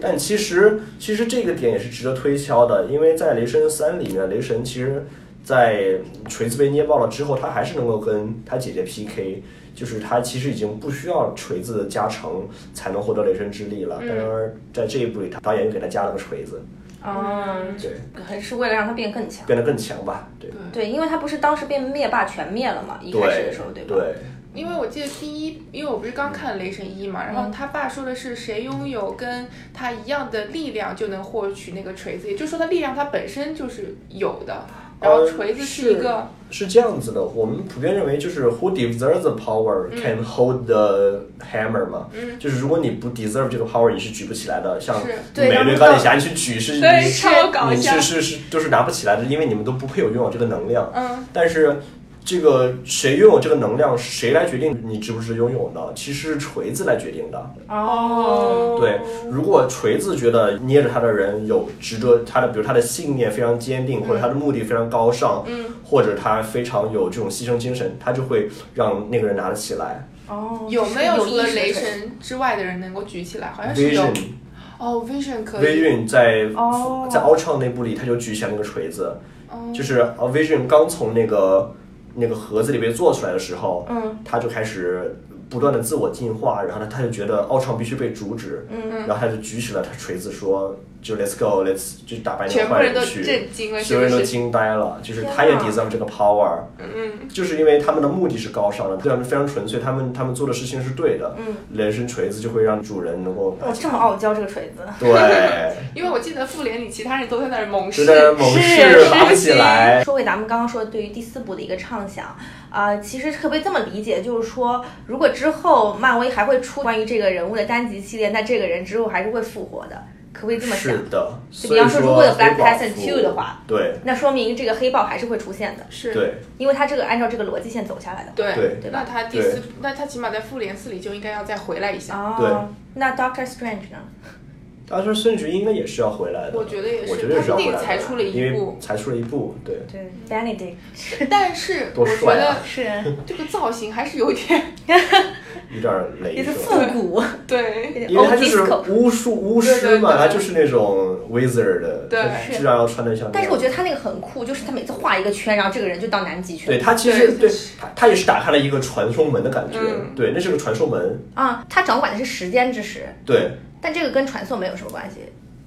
Speaker 4: 但其实，其实这个点也是值得推敲的，因为在《雷神三》里面，雷神其实，在锤子被捏爆了之后，他还是能够跟他姐姐 PK，就是他其实已经不需要锤子的加成才能获得雷神之力了。但是在这一部里，他导演又给他加了个锤子，
Speaker 2: 哦，
Speaker 4: 对，
Speaker 2: 还是嗯为了让他变更强。
Speaker 4: 变得更强吧，对，
Speaker 2: 对，因为他不是当时被灭霸全灭了嘛，一开始的时候，对
Speaker 4: 对
Speaker 2: 吧？
Speaker 4: 对，
Speaker 1: 因为我记得第一，因为我不是刚看《雷神一》嘛，然后他爸说的是谁拥有跟他一样的力量就能获取那个锤子，也就是说他力量它本身就是有
Speaker 4: 哦
Speaker 1: 的，然后锤子是一个，
Speaker 4: 是这样子的，我们普遍认为就是 who deserves the power
Speaker 1: 嗯
Speaker 4: can hold the hammer 嘛，就是如果你不 deserve 这个 power，你是举不起来的。像
Speaker 1: 是
Speaker 2: 对
Speaker 4: 美
Speaker 2: 然
Speaker 4: 队、
Speaker 2: 后
Speaker 4: 钢铁
Speaker 2: 到
Speaker 4: 侠，你去举是，
Speaker 1: 对
Speaker 4: 你是
Speaker 1: 超搞
Speaker 4: 你
Speaker 1: 笑
Speaker 4: 是是是，就是拿不起来的，因为你们都不配有拥有这个能量。
Speaker 1: 嗯，
Speaker 4: 但是这个谁拥有这个能量，谁来决定你值不值得拥有呢？其实是锤子来决定的。
Speaker 2: 哦，
Speaker 4: 对，如果锤子觉得捏着他的人有值得他的，比如他的信念非常坚定，或者他的目的非常高尚，嗯，或者他非常有这种牺牲精神，他就会让那个人拿得起来。
Speaker 2: 哦，
Speaker 1: 有没有
Speaker 2: 有
Speaker 1: 除了
Speaker 2: 意识的锤
Speaker 1: 雷
Speaker 2: 子？
Speaker 1: 神之外的人能够举起来？好像是有
Speaker 4: Vision
Speaker 1: 哦，Vision 可以，
Speaker 4: Vision 在、
Speaker 2: 哦
Speaker 4: 在 Ultron 那部里，他就举起来那个锤子，就是啊 Vision 刚从那个那个盒子里被做出来的时候，嗯，他就开始。不断的自我进化，然后呢，他就觉得 Ultron 必须被阻止，嗯，然后他就举起了他锤子说，就 Let's go，Let's 就打败那
Speaker 1: 全
Speaker 4: 个
Speaker 1: 部
Speaker 4: 坏
Speaker 1: 人
Speaker 4: 人
Speaker 1: 都
Speaker 4: 去，
Speaker 1: 震惊了，
Speaker 4: 所
Speaker 1: 是
Speaker 4: 有
Speaker 1: 不
Speaker 4: 人都
Speaker 1: 是？
Speaker 4: 惊呆了，就是
Speaker 2: 天
Speaker 4: 他也
Speaker 2: 哪
Speaker 4: deserve 这个 power，嗯，就是因为他们的目的是高尚的，对他们非常纯粹，他们他们做的事情是对的，嗯，人生锤子就会让主人能够
Speaker 2: 哦，这么傲娇这个锤子，
Speaker 4: 对，
Speaker 1: 因为我记得复联里其他人都在那儿猛
Speaker 4: 就
Speaker 1: 试，
Speaker 4: 在猛士打起来，
Speaker 2: 说回咱们刚刚说对于第四部的一个畅想，啊、其实可不可以这么理解，就是说，如果之后漫威还会出关于这个人物的单集系列，那这个人之后还是会复活的，可不可以这么想
Speaker 4: 是？的，
Speaker 2: 就
Speaker 4: 所
Speaker 2: 比
Speaker 4: 以
Speaker 2: 方说，如果有 Black
Speaker 4: 黑寡
Speaker 2: Panther
Speaker 4: 妇
Speaker 2: Two 的，话，
Speaker 4: 对
Speaker 2: 那说明这个黑豹还是会出现的，
Speaker 1: 是，
Speaker 4: 对
Speaker 2: 因为他这个按照这个逻辑线走下来的。
Speaker 1: 对
Speaker 4: 对
Speaker 2: 对吧
Speaker 1: 那他第四，那他起码在复联四里就应该要再回来一下，
Speaker 2: 哦，
Speaker 4: 对
Speaker 2: 那 Doctor Strange 呢？
Speaker 4: 当时孙局应该也是要回来的，
Speaker 1: 我觉得也是
Speaker 4: 我觉得也是要
Speaker 1: 他
Speaker 4: 回
Speaker 1: 们电
Speaker 4: 来
Speaker 1: 影
Speaker 4: 的，
Speaker 1: 才出了一
Speaker 4: 因为
Speaker 1: 部
Speaker 4: 才出了一部，对，
Speaker 2: 对，Benedict
Speaker 1: 但是我
Speaker 4: 多
Speaker 1: 觉
Speaker 4: 帅
Speaker 1: 得
Speaker 4: 啊，
Speaker 2: 是
Speaker 1: 这个造型还是有点 [LAUGHS]
Speaker 4: 有点儿雷
Speaker 2: 也是
Speaker 4: 是吧
Speaker 2: 复古，
Speaker 1: 对。
Speaker 4: 因为他就是
Speaker 2: Old disco
Speaker 4: 巫术巫师嘛，
Speaker 1: 对对对
Speaker 4: 他就是那种 wizard 的，
Speaker 1: 对
Speaker 4: 他居然要穿的像那样。
Speaker 2: 但是我觉得他那个很酷，就是他每次画一个圈，然后这个人就到南极去
Speaker 4: 对
Speaker 2: 了。
Speaker 4: 他其实
Speaker 1: 对
Speaker 4: 对他他也是打开了一个传送门的感觉，
Speaker 1: 嗯
Speaker 4: 对，那是个传送门，
Speaker 2: 啊、他掌管的是时间之石，
Speaker 4: 对。
Speaker 2: 但这个跟传送没有什么关系，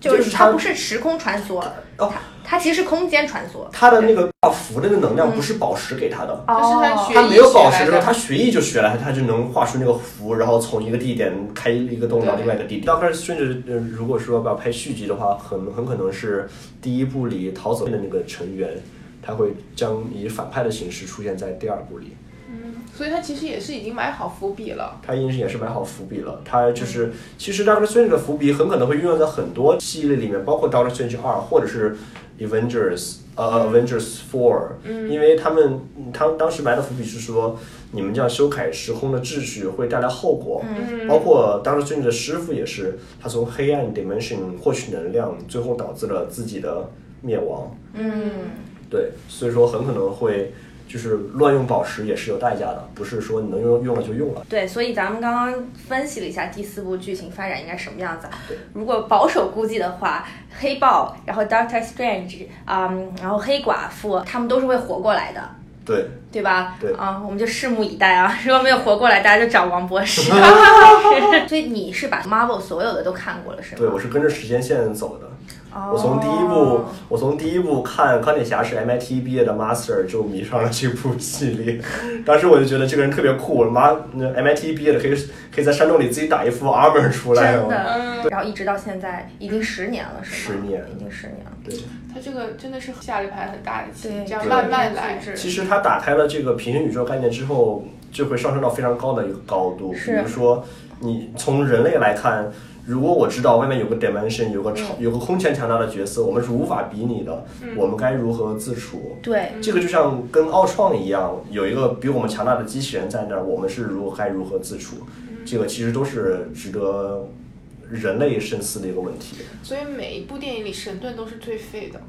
Speaker 4: 就是
Speaker 2: 就是
Speaker 4: 它
Speaker 2: 它不是时空穿梭，
Speaker 4: 哦，
Speaker 2: 它其实是空间穿梭。
Speaker 4: 他的那个大符的那个能量不是宝石给他的，
Speaker 2: 哦
Speaker 1: 就是他学
Speaker 4: 他没有宝
Speaker 1: 学
Speaker 4: 石
Speaker 1: 来
Speaker 4: 之后，
Speaker 1: 的
Speaker 4: 他学艺就学来，他就能画出那个符，然后从一个地点开一个洞到另外一个地点。当时甚至呃如果说要拍续集的话，很很可能是第一部里逃走的那个成员，他会将以反派的形式出现在第二部里。
Speaker 1: 所以他其实也是已经埋好伏笔了。
Speaker 4: 他应是也是埋好伏笔了。他就是，其实 Doctor Strange 的伏笔很可能会运用在很多系列里面，包括 Doctor Strange 二或者是 Avengers，呃、Avengers Four，、因为他们他们当时埋的伏笔是说，你们这样修改时空的秩序会带来后果，包括 Doctor Strange 的师傅也是，他从黑暗 dimension 获取能量，最后导致了自己的灭亡。
Speaker 2: 嗯，
Speaker 4: 对，所以说很可能会。就是乱用宝石也是有代价的，不是说你能用用了就用了。
Speaker 2: 对，所以咱们刚刚分析了一下第四部剧情发展应该什么样子啊。如果保守估计的话，黑豹，然后 Doctor Strange，嗯，然后黑寡妇，他们都是会活过来的。
Speaker 4: 对，
Speaker 2: 对吧？
Speaker 4: 对
Speaker 2: 啊，我们就拭目以待啊！ [LAUGHS] 如果没有活过来，大家就找王博
Speaker 4: [LAUGHS]
Speaker 2: 士。 [LAUGHS] 所以你是把 Marvel 所有的都看过了，是吗？
Speaker 4: 对，我是跟着时间线走的。
Speaker 2: 哦
Speaker 4: 我从第一部，我从第一部看钢铁侠是 MIT 毕业的 Master 就迷上了这部系列，当时我就觉得这个人特别酷，我妈那 MIT 毕业的可以可以在山洞里自己打一副 armor 出来
Speaker 2: 真
Speaker 4: 哦。
Speaker 2: 的，然后一直到现在已经十年了，是吗？
Speaker 4: 十年
Speaker 2: 已经十年了。
Speaker 4: 对，
Speaker 1: 它这个真的是下了一盘很大的棋
Speaker 2: 对，
Speaker 1: 这样
Speaker 4: 对
Speaker 1: 慢慢来。
Speaker 4: 其实它打开了这个平行宇宙概念之后，就会上升到非常高的一个高度。比
Speaker 2: 是
Speaker 4: 如说，你从人类来看，如果我知道外面有个 dimension，有个超、
Speaker 2: 嗯
Speaker 4: 有个空前强大的角色，我们是无法比拟的，我们该如何自处？
Speaker 2: 对，
Speaker 4: 这个就像跟奥创一样，有一个比我们强大的机器人在那儿，我们是如何该如何自处？
Speaker 2: 嗯
Speaker 4: 这个其实都是值得人类深思的一个问题。
Speaker 1: 所以每一部电影里神盾都是最废的，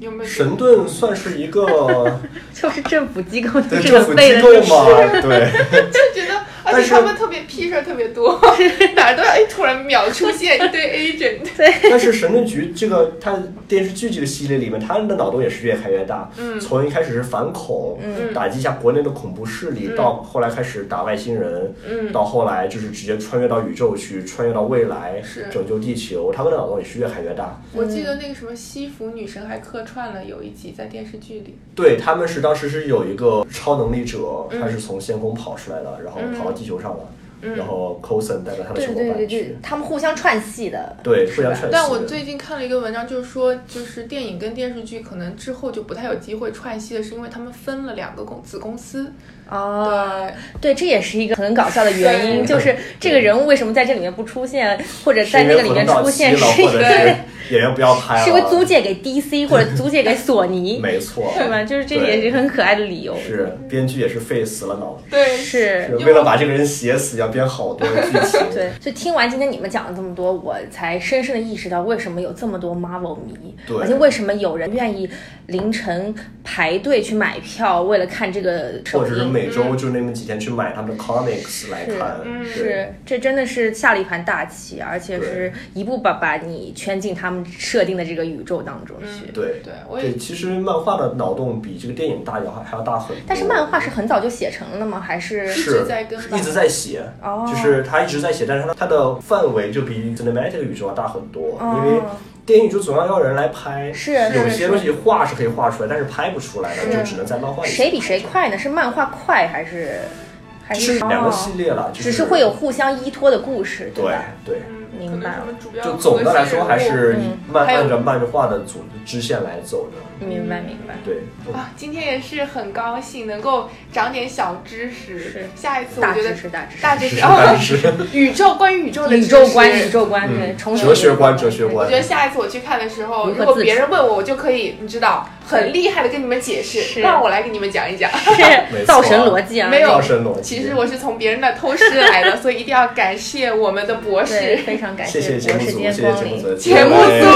Speaker 1: 你有没有觉得？
Speaker 4: 神
Speaker 1: [LAUGHS]
Speaker 4: 盾算是
Speaker 2: [LAUGHS]
Speaker 4: 一个
Speaker 2: 就是政府机构就
Speaker 4: 对
Speaker 2: 是
Speaker 4: 政
Speaker 2: 个
Speaker 4: 府
Speaker 2: 废
Speaker 4: 机
Speaker 2: 的
Speaker 4: 构
Speaker 2: 地方，
Speaker 4: 嘛，对，
Speaker 1: 就觉得，而
Speaker 4: 但
Speaker 1: 且
Speaker 4: 是
Speaker 1: 他们特别屁事儿特别多， [LAUGHS] 哪儿都要哎突然秒出现一堆 agent。
Speaker 2: [LAUGHS]
Speaker 4: 但是神盾局这个它电视剧这个系列里面，它的脑洞也是越开越大。嗯，从一开始是反恐，
Speaker 1: 嗯
Speaker 4: 打击一下国内的恐怖势力，到后来开始打外星人，嗯，到后来就是直接穿越到宇宙去，穿越到未来，
Speaker 1: 是
Speaker 4: 拯救地球。他们的脑洞也是越开越大。
Speaker 1: 我记得那个什么西服女神还客串了有一集在电视剧里，
Speaker 4: 对他们是当时是有一个超能力者，
Speaker 2: 嗯
Speaker 4: 他是从仙宫跑出来的，然后跑到地球上了，然后 Coulson 带着他的
Speaker 2: 对
Speaker 4: 小
Speaker 2: 嗯
Speaker 4: 伙
Speaker 2: 对对
Speaker 4: 伴
Speaker 2: 对
Speaker 4: 去，，
Speaker 2: 他们互相串戏
Speaker 4: [LAUGHS]
Speaker 2: 的。
Speaker 4: 对，非常
Speaker 2: 是
Speaker 4: 全
Speaker 1: 但我最近看了一个文章，就是说，就是电影跟电视剧可能之后就不太有机会串戏了，是因为他们分了两个公子公司。
Speaker 2: 哦，对，这也是一个很搞笑的原因，
Speaker 4: 对
Speaker 2: 就是这个人物为什么在这里面不出现，或者在那个里面出现，是
Speaker 4: 是因为
Speaker 2: 因
Speaker 4: 活动到期了或
Speaker 2: 为
Speaker 4: 者是演员不要拍了，
Speaker 2: 是因为租借给 DC 或者租借给索尼，
Speaker 4: [LAUGHS] 没错，
Speaker 2: 对吧？就是这也是很可爱的理由。
Speaker 4: 是编剧也是费死了脑子，
Speaker 1: 对，
Speaker 2: 是
Speaker 4: 是为了把这个人写死，要编好多剧情。
Speaker 2: [LAUGHS] 对，所以听完今天你们讲了这么多，我才深深的意识到为什么有这么多 Marvel 迷，
Speaker 4: 对
Speaker 2: 而且为什么有人愿意凌晨排队去买票，为了看这个
Speaker 4: 或
Speaker 2: 首
Speaker 4: 者是
Speaker 2: 映。
Speaker 4: 每周就那么几天去买他们的 comics 来看，对，
Speaker 2: 嗯是，这真的是下了一盘大棋，而且
Speaker 4: 对
Speaker 2: 是一步把把你圈进他们设定的这个宇宙当中去。
Speaker 4: 嗯对，
Speaker 1: 对，我也
Speaker 4: 对，其实漫画的脑洞比这个电影大要还还要大很多。
Speaker 2: 但是漫画是很早就写成了的吗？还是
Speaker 1: 一
Speaker 4: 是
Speaker 1: 直在跟吧
Speaker 4: 一直在写，
Speaker 2: 哦
Speaker 4: 就是他一直在写，但是他它的范围就比 cinematic 宇宙要大很多，
Speaker 2: 哦
Speaker 4: 因为电影宇宙总要要人来拍，
Speaker 2: 是
Speaker 4: 有
Speaker 2: 是
Speaker 4: 些东西画是可以画出来，但是拍不出来的，就只能在漫画里。
Speaker 2: 谁比谁？快呢？是漫画快还是还
Speaker 4: 就是
Speaker 2: 是
Speaker 4: 两个
Speaker 2: 哦
Speaker 4: 系列了，就
Speaker 2: 只是会有互相依托的故事，
Speaker 4: 对
Speaker 2: 吧？
Speaker 4: 对。
Speaker 1: 嗯
Speaker 2: 明
Speaker 1: 可能
Speaker 2: 白
Speaker 1: 他们主标
Speaker 4: 就总的来说还是漫
Speaker 1: 还有嗯
Speaker 4: 按照漫画的组支线来走的，
Speaker 2: 明白明白。
Speaker 4: 对。
Speaker 1: 啊， [LAUGHS] 今天也是很高兴能够长点小知识。
Speaker 2: 是
Speaker 1: 下一次嗯我
Speaker 2: 大
Speaker 1: 觉
Speaker 2: 知
Speaker 1: 得
Speaker 2: 识，大知识，
Speaker 1: 大知识
Speaker 4: 但
Speaker 1: 哦，
Speaker 4: 是
Speaker 1: 宇宙关于宇宙的
Speaker 2: 宇
Speaker 1: 知
Speaker 2: 宙
Speaker 1: 识
Speaker 2: 观，宇。宙观，对，重
Speaker 4: 嗯哲学观，哲学
Speaker 1: 我
Speaker 4: 观
Speaker 1: 觉，得下一次我去看的时候，
Speaker 2: 如何
Speaker 1: 如果
Speaker 2: 自
Speaker 1: 别
Speaker 2: 处
Speaker 1: 人问我，我就可以，你知道，很厉害的跟你们解释，
Speaker 2: 是
Speaker 1: 让我来给你们讲一讲。
Speaker 2: [LAUGHS] 是造神逻辑啊，
Speaker 1: 没有
Speaker 4: 造神逻辑。
Speaker 1: 其实我是从别人那偷师来的，所以一定要感谢我们的博
Speaker 2: [LAUGHS] 对，
Speaker 1: 士
Speaker 2: 非常感
Speaker 4: 谢
Speaker 2: 博
Speaker 4: 节目
Speaker 2: 士
Speaker 4: 组，
Speaker 2: 今
Speaker 4: 谢
Speaker 2: 天
Speaker 4: 谢
Speaker 2: 光
Speaker 4: 节目
Speaker 2: 临
Speaker 4: 组，。
Speaker 1: 节目
Speaker 4: 谢谢
Speaker 1: 组。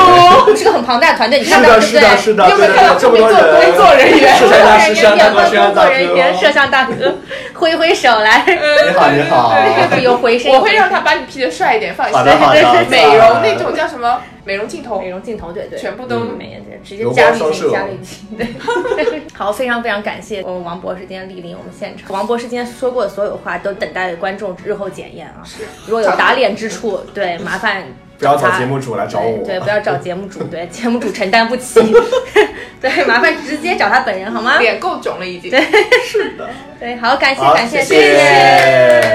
Speaker 2: [LAUGHS] 是个很庞大的团队，你看
Speaker 4: 是
Speaker 2: 到对
Speaker 4: 的，
Speaker 2: 不对？
Speaker 4: 是的，是的，
Speaker 1: 有没
Speaker 4: 对
Speaker 1: 有看到
Speaker 4: 的，这么
Speaker 1: 工
Speaker 4: 多
Speaker 1: 作
Speaker 4: 人，
Speaker 1: 工作人员？
Speaker 4: 摄像
Speaker 1: [LAUGHS]
Speaker 4: 大师、摄像大
Speaker 2: [LAUGHS]
Speaker 4: 哥、摄
Speaker 2: 工
Speaker 4: 像大
Speaker 2: 作人
Speaker 4: 哥，哦
Speaker 2: 员、摄像大哥，挥挥手来， [LAUGHS]
Speaker 4: 你好，你好。
Speaker 2: 有回声，
Speaker 1: 嗯我会让他把你 P 的帅一点，放
Speaker 4: 好的，好的。
Speaker 1: 美容那种叫什么美容镜头
Speaker 2: 美，容镜头，对对，
Speaker 1: 全部都
Speaker 4: 嗯
Speaker 2: 美颜直接
Speaker 4: 油
Speaker 2: 加
Speaker 4: 光
Speaker 2: 滤
Speaker 4: 双
Speaker 2: 镜，
Speaker 4: 射
Speaker 2: 加滤镜，对。 [LAUGHS] 好，非常非常感谢我呃们王博士今天莅临我们现场。王博士今天说过的所有话，都等待观众日后检验啊。如果有打脸之处，对，麻烦
Speaker 4: 不要
Speaker 2: 找
Speaker 4: 找
Speaker 2: 他
Speaker 4: 节目组来找
Speaker 2: 对
Speaker 4: 我。
Speaker 2: 对，不要找节目主，对，节目主承担不起。 [LAUGHS] 对，麻烦直接找他本人好吗？
Speaker 1: 脸够肿了已经。
Speaker 2: 对，好，感谢
Speaker 4: 好
Speaker 2: 感谢，
Speaker 4: 谢谢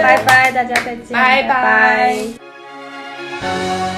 Speaker 2: 拜拜，大家再见，
Speaker 1: 拜拜
Speaker 2: 拜